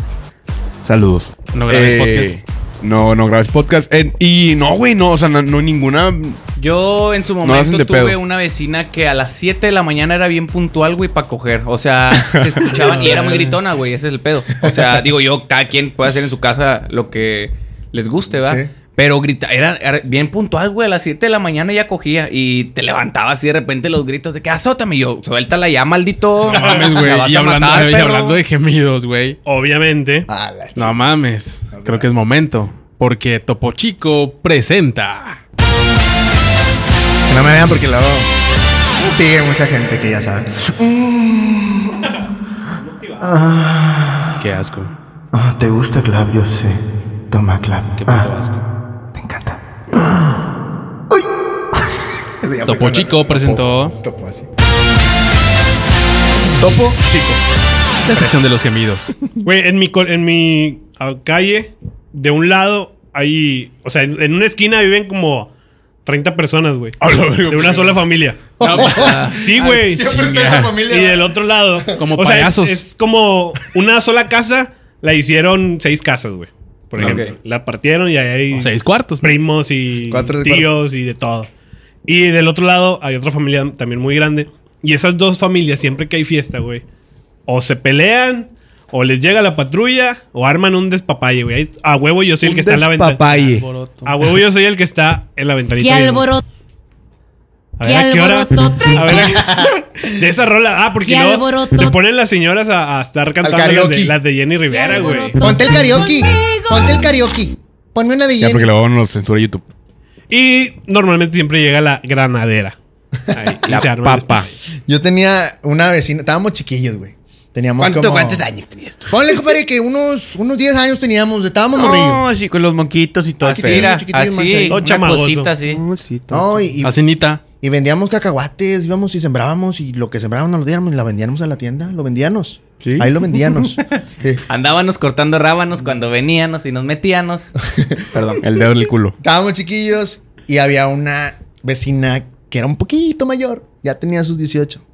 Speaker 3: Saludos.
Speaker 1: No grabes
Speaker 3: Eh,
Speaker 1: podcast.
Speaker 3: No, no grabes podcast. Eh, y no, güey, no, o sea, no- no ninguna
Speaker 2: Yo en su
Speaker 3: la hacen
Speaker 2: momento
Speaker 3: de
Speaker 2: tuve
Speaker 3: pedo.
Speaker 2: una vecina que a las 7 de la mañana era bien puntual, güey, para coger. O sea, se escuchaban y era muy gritona, güey. Ese es el pedo. O sea,
Speaker 1: *laughs*
Speaker 2: digo yo, cada quien puede hacer en su casa lo que les guste, ¿verdad?
Speaker 4: Sí.
Speaker 2: Pero grita, era, era bien puntual, güey. A las 7 de la mañana ya cogía y te levantaba así de repente los gritos de que azótame. Y yo, suéltala ya, maldito.
Speaker 1: No mames,
Speaker 2: Ah. La vas
Speaker 1: güey. Y
Speaker 2: a
Speaker 1: hablando,
Speaker 2: matar,
Speaker 1: y
Speaker 2: perro".
Speaker 1: hablando de gemidos, güey.
Speaker 5: Obviamente.
Speaker 4: Ah, la ch-
Speaker 1: No mames. Creo que es momento. Porque Topo Chico presenta.
Speaker 4: Que no me vean porque luego sigue mucha gente que ya sabe.
Speaker 1: Qué asco.
Speaker 8: Ah, ¿te gusta Clap? Yo sé. Toma Clap.
Speaker 1: Qué puto
Speaker 8: Ah,
Speaker 1: asco.
Speaker 8: me encanta.
Speaker 1: Topo Chico presentó
Speaker 4: Topo, así. Topo Chico.
Speaker 1: la sección de los gemidos.
Speaker 5: Güey, en mi, col- en mi ah, calle, de un lado, hay. O sea, en, en una esquina viven como 30 personas, güey. De una sola familia. *laughs* sí, güey.
Speaker 4: pues, ah. Siempre está esa familia.
Speaker 5: Y del otro lado.
Speaker 1: Como
Speaker 5: o sea, es-
Speaker 1: payasos.
Speaker 5: es, como una sola casa, la hicieron seis casas, güey. Por ejemplo.
Speaker 2: Ok.
Speaker 5: La partieron y ahí hay
Speaker 1: Seis cuartos. ¿no?
Speaker 5: primos y
Speaker 4: Cuatro-
Speaker 5: tíos y de todo. Y del otro lado hay otra familia también muy grande. Y esas dos familias, siempre que hay fiesta, güey, o se pelean, o les llega la patrulla, o arman un despapalle, güey. Ahí- A huevo yo soy el que está en la ventana. A huvo yo soy el que está en la ventanita.
Speaker 7: ¡Qué
Speaker 5: ahí, güey.
Speaker 7: alboroto!
Speaker 5: A
Speaker 7: qué
Speaker 5: ver, ¿a qué hora?
Speaker 7: alboroto
Speaker 5: *laughs*
Speaker 7: trae?
Speaker 5: A ver, a- *laughs* de esa rola. Ah, porque
Speaker 7: Qué
Speaker 5: no.
Speaker 7: alboroto.
Speaker 5: Te ponen las señoras a, a estar cantando las de,
Speaker 4: karaoke.
Speaker 5: las de Jenny Rivera, güey.
Speaker 4: Ponte el karaoke.
Speaker 7: Conmigo.
Speaker 4: Ponte el karaoke. Ponme una de
Speaker 3: Ya,
Speaker 4: Jenny.
Speaker 3: porque luego nos censura YouTube.
Speaker 5: Y normalmente siempre llega la granadera. Ahí, y se arma el
Speaker 3: papa.
Speaker 4: Yo tenía una vecina. Estábamos chiquillos, güey. Teníamos como...
Speaker 2: años tenías?
Speaker 4: Ponle, compadre, que unos, unos 10 años teníamos. Estábamos morrillos.
Speaker 3: No, así con los monquitos y todo.
Speaker 2: Así,
Speaker 4: pedo.
Speaker 2: mira,
Speaker 4: Chiquitillo,
Speaker 2: así,
Speaker 4: manchadito.
Speaker 5: Todo
Speaker 2: una
Speaker 5: chamagoso.
Speaker 2: cosita así.
Speaker 3: No, sí, todo.
Speaker 4: No, y, y-
Speaker 1: Así nita.
Speaker 4: Y vendíamos cacahuates, íbamos y sembrábamos y lo que sembrábamos nos lo diéramos y la vendíamos a la tienda, lo vendíamos.
Speaker 1: Sí.
Speaker 4: Ahí
Speaker 1: *laughs*
Speaker 4: lo vendíanos. Sí.
Speaker 2: Andábamos cortando rábanos cuando veníamos y nos metíamos.
Speaker 3: Perdón. El dedo en el culo.
Speaker 4: Estábamos chiquillos y había una vecina que era un poquito mayor. Ya tenía sus 18.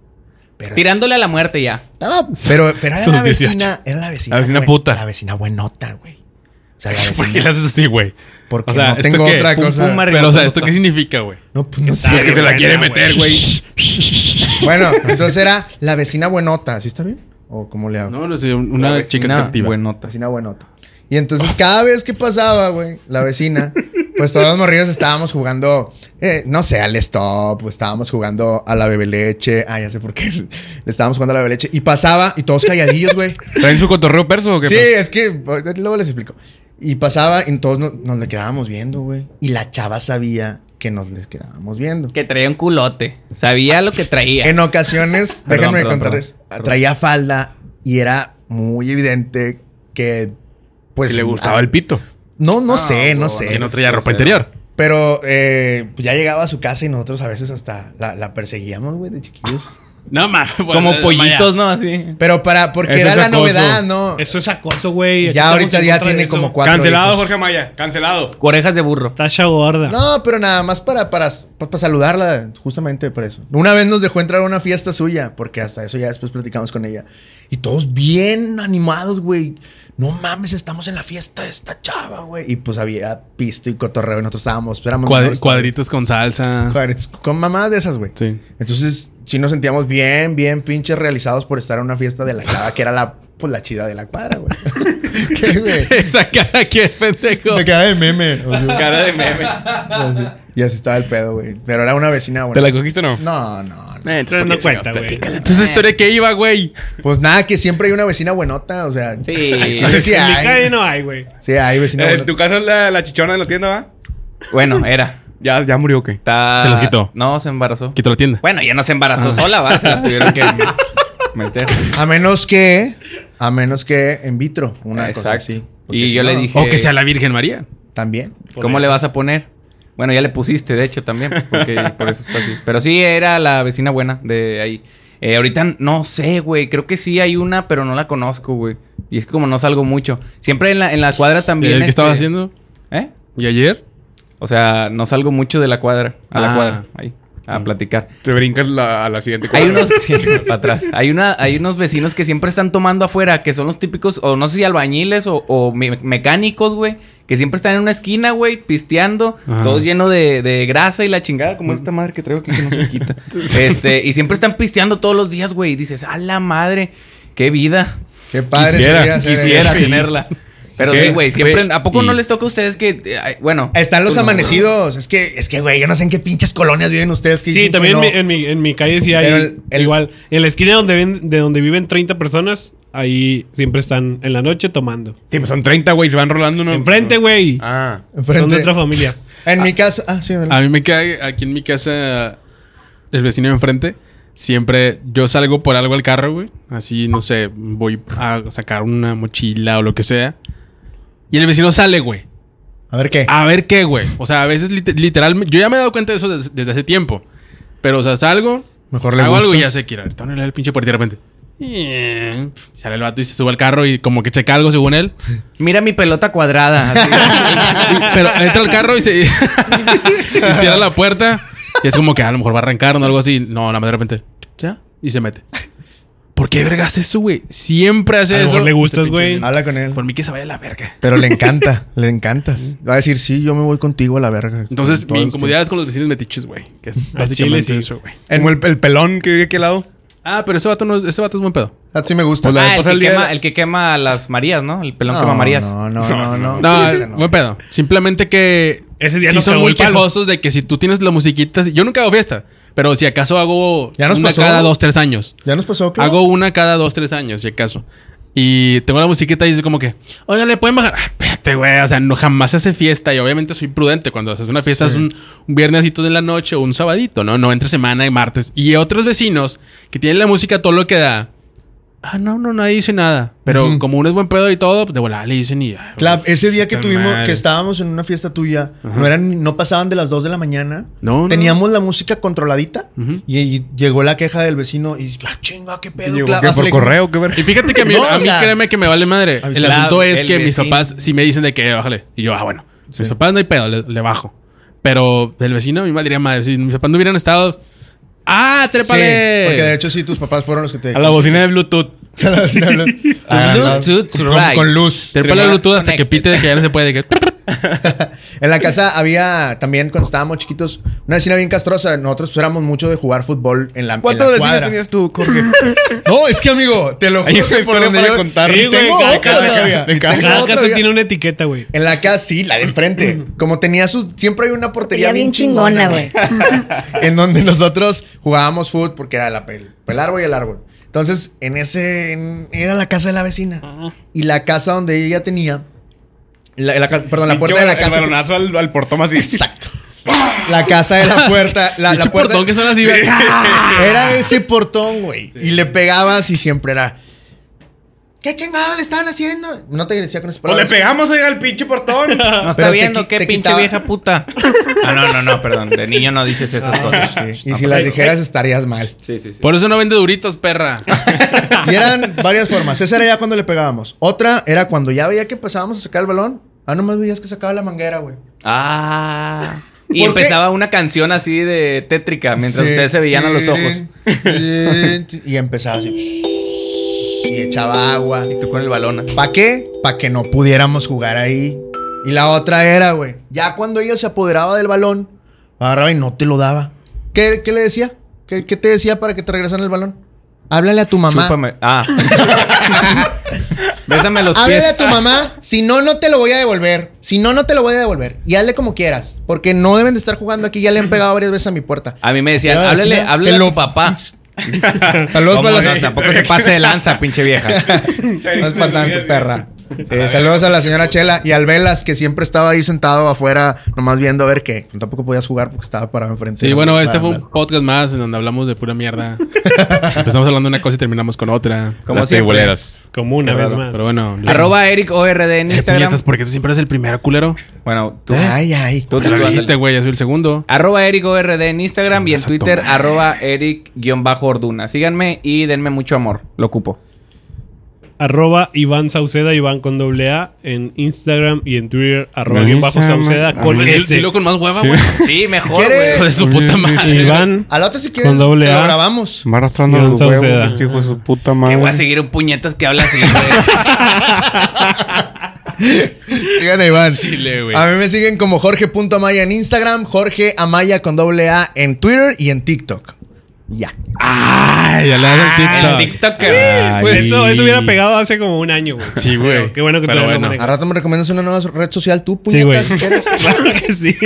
Speaker 4: Pero
Speaker 2: Tirándole a la muerte ya.
Speaker 4: estaba- pero,
Speaker 1: *laughs*
Speaker 4: pero era
Speaker 5: Sus
Speaker 4: la vecina.
Speaker 5: 18.
Speaker 4: Era la vecina.
Speaker 1: La vecina
Speaker 4: buen-
Speaker 1: puta.
Speaker 4: La vecina buenota, güey. O
Speaker 1: *laughs*
Speaker 4: sea, la
Speaker 1: ¿Por qué le
Speaker 4: vecina.
Speaker 1: haces así, güey?
Speaker 4: Porque
Speaker 1: O sea,
Speaker 4: no
Speaker 1: ¿esto
Speaker 4: tengo
Speaker 1: qué?
Speaker 4: otra
Speaker 2: Pum,
Speaker 4: cosa.
Speaker 2: pum, mar-
Speaker 1: Pero, o sea, ¿esto qué significa, güey?
Speaker 4: no, pues no sé.
Speaker 5: Es que se la quiere meter,
Speaker 1: güey. *laughs*
Speaker 4: Bueno, entonces era la vecina buenota. ¿Sí está bien? ¿O cómo le hago?
Speaker 1: No, no sé, un- una
Speaker 2: Pues,
Speaker 4: La
Speaker 1: chica
Speaker 4: vecina,
Speaker 1: atractiva.
Speaker 2: Buenota.
Speaker 4: Vecina buenota. Y entonces cada vez que pasaba, güey, la vecina, pues todos los morrillos estábamos jugando, eh, no sé, al stop, o estábamos jugando a la bebeleche, ah, ya sé por qué, le estábamos jugando a la bebeleche, y pasaba, y todos
Speaker 3: *laughs*
Speaker 4: calladillos, güey.
Speaker 3: ¿Traen su cotorreo perso o qué?
Speaker 4: Sí,
Speaker 3: pedo?
Speaker 4: es que ahorita- luego les explico. Y pasaba, y todos no- nos le quedábamos viendo, güey. Y la chava sabía que nos le quedábamos viendo.
Speaker 2: Que traía un culote. Sabía lo que traía.
Speaker 3: *laughs*
Speaker 4: En ocasiones,
Speaker 2: Perdón,
Speaker 4: déjenme
Speaker 2: perdón,
Speaker 4: contarles, ah,
Speaker 2: perdón, perdón.
Speaker 4: traía falda y era muy evidente que, pues...
Speaker 3: Que le gustaba
Speaker 4: ah,
Speaker 3: el pito.
Speaker 4: No, no
Speaker 2: Ah,
Speaker 4: sé, no
Speaker 2: huevón,
Speaker 4: sé.
Speaker 1: Que no traía ropa interior.
Speaker 4: Pero eh, pues ya llegaba a su casa y nosotros a veces hasta la, la perseguíamos, güey, de chiquillos.
Speaker 1: No, *laughs* mames. pues,
Speaker 2: Como
Speaker 1: vaya.
Speaker 2: pollitos, ¿no? Así.
Speaker 4: Pero para, porque
Speaker 3: Eso
Speaker 4: era
Speaker 3: es
Speaker 4: la
Speaker 3: acoso.
Speaker 4: novedad, ¿no?
Speaker 5: Eso es acoso, güey. Aquí
Speaker 4: ya
Speaker 5: estamos
Speaker 4: ahorita
Speaker 5: en
Speaker 4: ya
Speaker 5: contra de
Speaker 4: tiene
Speaker 5: eso.
Speaker 4: como cuatro.
Speaker 3: Cancelado,
Speaker 4: hijos.
Speaker 3: Jorge Maya. Cancelado.
Speaker 2: Orejas de burro.
Speaker 5: Tasha gorda.
Speaker 4: No, pero nada más para, para, para, saludarla, justamente por eso. Una vez nos dejó entrar a una fiesta suya, porque hasta eso ya después platicamos con ella. Y todos bien animados, güey. No mames, estamos en la fiesta de esta chava, güey. Y pues había pisto y cotorreo y nosotros estábamos. pues, éramos
Speaker 1: Cuadri-
Speaker 4: menores todavía.
Speaker 1: cuadritos con salsa.
Speaker 4: Cuadritos. Con mamadas de esas, güey.
Speaker 1: Sí.
Speaker 4: Entonces, sí nos sentíamos bien, bien pinches realizados por estar en una fiesta de la chava, que era la, pues, la chida de la
Speaker 2: *laughs*
Speaker 4: cuadra, güey. ¿Qué, güey?
Speaker 1: *laughs* Esa cara que pendejo.
Speaker 4: Me cara de meme. o sea,
Speaker 2: Cara de meme.
Speaker 4: así. Y así estaba el pedo, güey. Pero era una vecina, güey.
Speaker 3: ¿Te la cogiste o no?
Speaker 4: No, no, no.
Speaker 3: Eh,
Speaker 5: Entonces no cuenta, güey.
Speaker 1: Entonces, historia que iba, güey.
Speaker 4: Pues nada, que siempre hay una vecina buenota, o sea.
Speaker 2: *laughs* Sí.
Speaker 4: al
Speaker 5: En
Speaker 4: chile
Speaker 5: mi
Speaker 4: Sí,
Speaker 5: calle
Speaker 4: hay.
Speaker 5: no hay, güey.
Speaker 4: Sí, hay vecina
Speaker 3: Eh, ¿En tu
Speaker 4: buenota.
Speaker 3: casa es la, la chichona de la tienda, va?
Speaker 2: Bueno, era.
Speaker 3: ¿Ya, ya murió o qué?
Speaker 2: Está-
Speaker 1: Se las quitó.
Speaker 2: No, se embarazó.
Speaker 1: Quito la tienda.
Speaker 2: Bueno, ya no se embarazó sola, ¿va? Se la tuvieron que *laughs* meter.
Speaker 4: A menos que. A menos que en vitro, una cosa
Speaker 2: Exacto.
Speaker 4: así. Porque
Speaker 2: Y
Speaker 4: si
Speaker 2: yo le
Speaker 4: no,
Speaker 2: dije.
Speaker 1: O que sea la Virgen María.
Speaker 4: También.
Speaker 2: ¿Cómo le vas a poner? Bueno, ya le pusiste, de hecho, también, pues, *laughs* porque por eso está así. Pero sí, era la vecina buena de ahí. Eh, ahorita no sé, güey. Creo que sí hay una, pero no la conozco, güey. Y es que como no salgo mucho. Siempre en la, en la cuadra también.
Speaker 1: ¿El que
Speaker 2: este,
Speaker 1: estaba haciendo?
Speaker 2: ¿Eh?
Speaker 1: ¿Y ayer?
Speaker 2: O sea, no salgo mucho de la cuadra. A la
Speaker 1: Ah.
Speaker 2: cuadra. Ahí. A platicar.
Speaker 3: Te brincas la- a la siguiente
Speaker 2: Hay
Speaker 3: cuadra.
Speaker 2: unos, *laughs* sí, para atrás. Hay, una, hay unos vecinos que siempre están tomando afuera, que son los típicos, o no sé si albañiles o, o me- mecánicos, güey, que siempre están en una esquina, güey, pisteando,
Speaker 1: Ajá.
Speaker 2: todo lleno de, de grasa y la chingada, como esta madre que traigo aquí que no se quita. este, y siempre están pisteando todos los días, güey, y dices, a la madre, qué vida,
Speaker 4: Qué padre
Speaker 3: Quisiera,
Speaker 4: sería hacer
Speaker 2: quisiera
Speaker 4: eso.
Speaker 2: tenerla. Pero
Speaker 3: Sí.
Speaker 2: sí, güey, siempre,
Speaker 3: Güey,
Speaker 2: ¿a poco
Speaker 3: y-
Speaker 2: no les toca a ustedes que, eh, ay, bueno?
Speaker 4: Están los
Speaker 2: tú no, güey.
Speaker 4: amanecidos. Es que, es que, güey, yo no sé en qué pinches colonias viven ustedes. Que dicen
Speaker 5: Sí,
Speaker 4: que
Speaker 5: también
Speaker 4: no.
Speaker 5: en, mi, en, mi, en mi calle sí hay
Speaker 4: Pero el- el-
Speaker 5: igual. En la esquina donde ven- de donde viven 30 personas, ahí siempre están en la noche tomando.
Speaker 3: Sí, pues son 30, güey. Se van rolando uno.
Speaker 5: Enfrente, güey.
Speaker 3: Ah.
Speaker 4: Enfrente.
Speaker 5: Son de otra
Speaker 3: *laughs*
Speaker 5: familia.
Speaker 4: En mi casa. Ah, sí,
Speaker 1: A mí me cae aquí en mi casa el vecino de enfrente. Siempre yo salgo por algo al carro, güey. Así, no sé, voy a sacar una mochila o lo que sea. Y el vecino sale, güey.
Speaker 4: A ver qué.
Speaker 1: A ver qué, güey. O sea, a veces literalmente... Yo ya me he dado cuenta de eso des- desde hace tiempo. Pero, o sea, salgo,
Speaker 4: Mejor le
Speaker 1: hago algo y ya
Speaker 4: gustas.
Speaker 1: sé que ir. Ahorita no le da el pinche por y de repente... "Eh", Sale el vato y se sube al carro y como que checa algo según él.
Speaker 2: Mira mi pelota cuadrada.
Speaker 4: *laughs*
Speaker 2: así.
Speaker 1: Y- Pero entra al carro y se *laughs* y cierra la puerta. Y es como que "Ah, a lo mejor va a arrancar o algo así. No, nada más de repente. Ya. Y se mete. ¿Por qué verga hace eso, güey? Siempre hace
Speaker 5: A lo
Speaker 1: eso.
Speaker 5: mejor le gustas,
Speaker 1: Este pinche-
Speaker 5: güey.
Speaker 4: Habla con él.
Speaker 1: Por mí que se vaya a la verga.
Speaker 4: Pero le encanta, le encantas. Va a decir, sí, yo me voy contigo a la verga.
Speaker 1: Entonces,
Speaker 4: Con
Speaker 1: mi
Speaker 4: todos
Speaker 1: incomodidad es con los vecinos metiches, güey. Que es básicamente
Speaker 5: Chile, sí.
Speaker 1: eso, güey.
Speaker 3: Como el, el pelón que vive aquí al lado.
Speaker 1: Ah, pero ese vato, no, ese vato es buen pedo.
Speaker 4: ustedes. Ah, sí me
Speaker 2: Ah,
Speaker 4: gusta.
Speaker 2: el,
Speaker 3: esposa
Speaker 2: que
Speaker 3: del día de
Speaker 2: quema,
Speaker 3: la-
Speaker 2: el que quema a las Marías, ¿no? El pelón
Speaker 4: no,
Speaker 2: quema Marías.
Speaker 4: No, no, no, no.
Speaker 1: No,
Speaker 4: Ese
Speaker 1: buen pedo. Simplemente que.
Speaker 5: Ese día
Speaker 1: sí
Speaker 5: nos
Speaker 1: son
Speaker 5: cagó
Speaker 1: muy
Speaker 5: el palo.
Speaker 1: quejosos de que si tú tienes la musiquita. Yo nunca hago fiesta. Pero si acaso hago
Speaker 4: Ya nos
Speaker 1: una
Speaker 4: pasó.
Speaker 1: cada dos, tres años.
Speaker 4: Ya nos pasó, claro.
Speaker 1: Hago una cada dos, tres años, si acaso. Y tengo la musiquita y dice como que, oigan, ¿le pueden bajar? Ah, espérate, güey, o sea, no jamás se hace fiesta y obviamente soy prudente. Cuando haces una fiesta es un, un viernesito de la noche o un sabadito, ¿no? No entre semana y martes. Y otros vecinos que tienen la música a todo lo que da Ah, no, no, nadie dice nada. Pero
Speaker 4: Ujú.
Speaker 1: como uno es buen pedo y todo, pues, de volada le dicen y. ah,
Speaker 4: Clap, ese día que
Speaker 1: puta
Speaker 4: tuvimos,
Speaker 1: madre.
Speaker 4: que estábamos en una fiesta tuya, no eran, no pasaban de las 2 de la mañana.
Speaker 1: No, no.
Speaker 4: Teníamos la música controladita
Speaker 1: Ujú.
Speaker 4: y, y llegó la queja del vecino y ah, chinga, qué pedo, Ah,
Speaker 3: Llegó
Speaker 4: Clap.
Speaker 3: que
Speaker 4: Hasta
Speaker 3: por
Speaker 4: le-
Speaker 3: correo, qué ver.
Speaker 1: Y fíjate que a mí,
Speaker 4: No,
Speaker 1: a
Speaker 4: o
Speaker 1: mí
Speaker 4: sea,
Speaker 1: créeme que me vale madre. El
Speaker 4: la-
Speaker 1: asunto es
Speaker 2: el
Speaker 1: que mis
Speaker 2: vecino.
Speaker 1: papás sí me dicen de que bájale. Y yo, ah, bueno. Mis papás no hay pedo, le, le bajo. Pero el vecino, mi madre madre. Si mis papás no hubieran estado. ¡Ah,
Speaker 4: Sí, porque
Speaker 1: trépale!
Speaker 4: de hecho sí, tus papás fueron los que te... *laughs*
Speaker 5: A la bocina de Bluetooth.
Speaker 4: A la bocina, ¿no?
Speaker 2: Bluetooth to
Speaker 4: con,
Speaker 2: right.
Speaker 4: con luz.
Speaker 1: Trépale
Speaker 2: Primero
Speaker 1: Bluetooth hasta que
Speaker 2: connected.
Speaker 1: pite de que ya no se puede. de
Speaker 4: *laughs*
Speaker 1: que-
Speaker 4: En la casa había también, cuando estábamos chiquitos, una vecina bien castrosa. Nosotros pues, éramos mucho de jugar fútbol en la, en
Speaker 3: ¿Cuántas
Speaker 4: la
Speaker 3: vecinas
Speaker 4: cuadra.
Speaker 3: tenías tú,
Speaker 4: *laughs*
Speaker 3: Jorge?
Speaker 4: No, es que amigo, te lo
Speaker 3: Hay
Speaker 4: juro
Speaker 3: una
Speaker 4: que por
Speaker 3: historia
Speaker 4: donde
Speaker 3: para
Speaker 4: yo...
Speaker 3: contar.
Speaker 4: Y
Speaker 5: Sí, güey,
Speaker 4: tengo
Speaker 5: cada-
Speaker 4: otra
Speaker 5: cada-
Speaker 4: todavía.
Speaker 3: en cada-
Speaker 4: Tengo
Speaker 5: Cada
Speaker 4: otra
Speaker 5: casa
Speaker 4: todavía.
Speaker 5: tiene una etiqueta, güey.
Speaker 4: En la casa, sí, la de enfrente. Como tenía sus. Siempre hay una portería
Speaker 7: Portería
Speaker 4: bien
Speaker 7: bien
Speaker 4: chingona,
Speaker 7: chingona,
Speaker 4: güey. *laughs* en donde nosotros jugábamos fútbol porque era la pel, el árbol y el árbol. Entonces, en ese. en- era la casa de la vecina. Y la casa donde ella tenía. La, la ca- perdón, la puerta de la
Speaker 3: El
Speaker 4: casa.
Speaker 3: balonazo al, al portón así.
Speaker 4: Exacto. La casa de la puerta. La, la
Speaker 1: Pinche
Speaker 4: puerta.
Speaker 1: portón que son así.
Speaker 4: *laughs*
Speaker 1: güey.
Speaker 4: Era ese portón, güey. Y le pegabas y siempre era. ¿Qué chingada le estaban haciendo? No te decía con esas
Speaker 3: Pues le
Speaker 4: palabras.
Speaker 3: pegamos, oiga, al pinche portón.
Speaker 2: No
Speaker 4: Pero
Speaker 2: está
Speaker 4: te
Speaker 2: viendo
Speaker 4: qui-
Speaker 2: qué
Speaker 4: te
Speaker 2: pinche
Speaker 4: quitaba-
Speaker 2: vieja puta. Ah, no, no, no, perdón. De niño no dices esas cosas.
Speaker 4: Y si las dijeras estarías mal.
Speaker 2: Sí, sí, sí.
Speaker 1: Por eso no vende duritos, perra.
Speaker 4: Y eran varias formas. Esa era ya cuando le pegábamos. Otra era cuando ya veía que empezábamos a sacar el balón. Ah, nomás veías que sacaba la manguera, güey.
Speaker 2: Ah. Y
Speaker 4: ¿Por qué?
Speaker 2: empezaba una canción así de tétrica mientras
Speaker 4: Sí.
Speaker 2: ustedes se veían a los ojos.
Speaker 4: Y empezaba así. Y echaba agua.
Speaker 2: Y tú con el balón. así.
Speaker 4: ¿Para qué? Para que no pudiéramos jugar ahí. Y la otra era, güey. Ya cuando ella se apoderaba del balón, agarraba y no te lo daba. ¿Qué, qué le decía? ¿Qué, qué te decía para que te regresaran el balón? Háblale a tu mamá.
Speaker 2: Chúpame.
Speaker 4: *laughs*
Speaker 2: Ah. Bésame los
Speaker 4: Háblale
Speaker 2: pies.
Speaker 4: a tu mamá, si no, no te lo voy a devolver. Si no, no te lo voy a devolver. Y hazle como quieras. Porque no deben de estar jugando aquí. Ya le han pegado varias veces a mi puerta.
Speaker 2: A mí me decían,
Speaker 4: Era
Speaker 2: háblale,
Speaker 4: vecina.
Speaker 2: háblale
Speaker 4: Te
Speaker 2: a
Speaker 4: lo-
Speaker 2: tu papá.
Speaker 4: Saludos
Speaker 2: Ah, ¿Cómo
Speaker 4: para los-
Speaker 2: no? tampoco se pase de lanza, pinche vieja.
Speaker 4: *laughs* No es para tanto, perra. Sí, saludos a la señora Chela y al Velas, que siempre estaba ahí sentado afuera, nomás viendo a ver qué. Tampoco podías jugar porque estaba parado enfrente.
Speaker 1: Sí,
Speaker 4: Era
Speaker 1: bueno,
Speaker 4: muy
Speaker 1: este fue un
Speaker 4: estándar.
Speaker 1: podcast más en donde hablamos de pura mierda. Empezamos hablando de una cosa y terminamos con otra.
Speaker 2: Como
Speaker 3: Las
Speaker 2: siempre.
Speaker 3: teiboleras.
Speaker 5: *laughs* Como una vez más.
Speaker 1: Pero bueno. Luis-
Speaker 2: Arroba Eric ORD en
Speaker 1: Eh,
Speaker 2: Instagram.
Speaker 1: puñetas, ¿Por qué tú siempre eres el primero, culero?
Speaker 2: Bueno, tú.
Speaker 4: Ay, ay.
Speaker 2: Tú
Speaker 1: Te
Speaker 2: tú,
Speaker 1: lo
Speaker 2: ándale.
Speaker 1: dijiste, güey. Yo soy el segundo.
Speaker 2: Arroba Eric ORD en Instagram y en
Speaker 1: Chingas a tu
Speaker 2: Twitter,
Speaker 1: madre.
Speaker 2: arroba Eric-Orduna. Síganme y denme mucho amor. Lo ocupo.
Speaker 5: Arroba Iván Sauceda, Iván con doble A, en Instagram y en Twitter, arroba
Speaker 3: Me
Speaker 5: bien bajo
Speaker 3: llama-
Speaker 5: Sauceda, con
Speaker 1: Dilo-
Speaker 5: S.
Speaker 1: Pues, Dilo con más hueva, güey.
Speaker 2: *laughs* Sí, mejor,
Speaker 4: ¿Quieres?
Speaker 1: Hijo de su puta madre.
Speaker 5: Iván.
Speaker 4: A la otra si quieres,
Speaker 5: Con doble
Speaker 4: te
Speaker 5: A.
Speaker 4: lo grabamos.
Speaker 3: Me arrastrando
Speaker 5: Iván
Speaker 3: los huevos,
Speaker 5: Sauceda.
Speaker 3: este hijo de su puta
Speaker 2: Que
Speaker 3: madre.
Speaker 2: voy a seguir un puñetas que habla
Speaker 4: *laughs*
Speaker 2: así. güey.
Speaker 4: Sigan a Iván.
Speaker 1: Chile, güey.
Speaker 4: A mí me siguen como Jorge.amaya en Instagram, Jorge Amaya con doble A en Twitter y en TikTok. Ya.
Speaker 1: Ay, ya le
Speaker 3: Ah,
Speaker 1: das
Speaker 2: El
Speaker 1: el TikTok.
Speaker 2: TikToker.
Speaker 1: Ay.
Speaker 5: Pues eso, eso hubiera pegado hace como un año, güey.
Speaker 1: Sí, güey.
Speaker 5: Pero Qué bueno que tú
Speaker 1: Pero
Speaker 5: lo
Speaker 1: bueno.
Speaker 5: manejas.
Speaker 4: A rato me recomiendas una nueva red social, tú,
Speaker 5: Sí,
Speaker 4: puñetas,
Speaker 5: güey.
Speaker 4: si *laughs* quieres.
Speaker 5: Claro que *laughs* sí.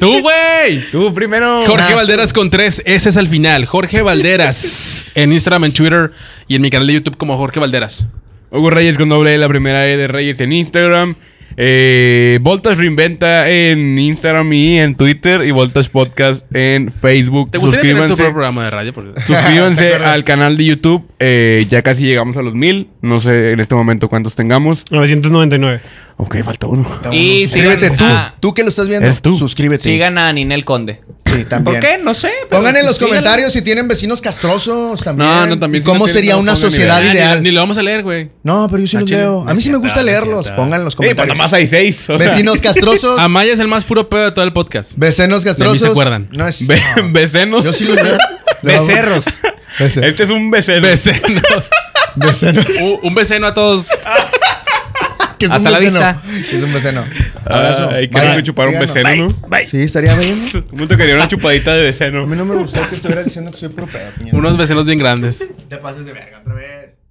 Speaker 1: Tú, güey.
Speaker 3: Tú primero.
Speaker 1: Jorge Valderas con tres S es al final. Jorge
Speaker 3: *laughs*
Speaker 1: Valderas. En Instagram, en Twitter y en mi canal de YouTube como Jorge Valderas.
Speaker 3: Hugo Reyes con doble E, la primera E de Reyes en Instagram. Eh, Voltas Reinventa en Instagram y en Twitter. Y Voltas Podcast en Facebook.
Speaker 1: ¿Te gustaría tener tu
Speaker 3: Suscríbanse-
Speaker 1: propio programa de radio? Porque- *laughs*
Speaker 3: *laughs* Suscríbanse al canal de YouTube. Eh, ya casi llegamos a los mil. No sé en este momento cuántos tengamos.
Speaker 5: 999.
Speaker 3: Ok, falta uno.
Speaker 2: Y
Speaker 4: Suscríbete
Speaker 2: sigan-
Speaker 4: tú,
Speaker 2: ah.
Speaker 4: tú que lo estás viendo.
Speaker 3: Eres tú.
Speaker 4: Suscríbete.
Speaker 2: Sigan a Ninel Conde.
Speaker 4: Sí, también.
Speaker 2: ¿Por qué? No sé. pero
Speaker 4: Pongan en los
Speaker 2: síganla.
Speaker 4: comentarios si tienen vecinos castrosos también.
Speaker 3: No, no, también
Speaker 4: ¿Y
Speaker 3: si no
Speaker 4: cómo
Speaker 3: tienen,
Speaker 4: sería
Speaker 3: no
Speaker 4: una
Speaker 3: pongan
Speaker 4: sociedad
Speaker 1: Ah, ni-
Speaker 4: ideal?
Speaker 1: Ni, lo vamos a leer, güey.
Speaker 4: No, pero yo sí
Speaker 1: Ah,
Speaker 4: los
Speaker 1: chile,
Speaker 4: leo.
Speaker 1: no es
Speaker 4: A mí sí me
Speaker 1: cierto,
Speaker 4: gusta
Speaker 1: no es
Speaker 4: leerlos.
Speaker 1: cierto.
Speaker 4: Pongan en los
Speaker 3: Eh, pero
Speaker 4: comentarios.
Speaker 3: nomás hay seis. o sea.
Speaker 4: Vecinos castrosos.
Speaker 1: Amaya es el más puro pedo de todo el podcast.
Speaker 4: Vecinos castrosos.
Speaker 1: se acuerdan. *laughs*
Speaker 4: No es.
Speaker 3: Ve- *laughs*
Speaker 4: no.
Speaker 3: Becenos.
Speaker 4: Yo sí los veo.
Speaker 2: Becerros.
Speaker 4: Becer-
Speaker 3: Este es un beceno.
Speaker 1: Becenos.
Speaker 4: Becenos.
Speaker 1: *laughs* Un- un beceno a todos.
Speaker 4: Que es
Speaker 2: Hasta
Speaker 4: un
Speaker 2: la
Speaker 4: beceno.
Speaker 2: vista.
Speaker 4: Que es un beceno. Abrazo.
Speaker 3: Ay, Ah, que
Speaker 4: Vayan,
Speaker 3: rico chupar un
Speaker 4: síganos.
Speaker 3: beceno, ¿no?
Speaker 4: Sí, estaría bien. ¿no?
Speaker 3: ¿Cómo te quería una chupadita de beceno?
Speaker 4: A mí no me gustó que estuvieras diciendo que soy puro pedo. puñeta.
Speaker 1: Unos becenos bien grandes.
Speaker 4: Te pases de verga otra vez.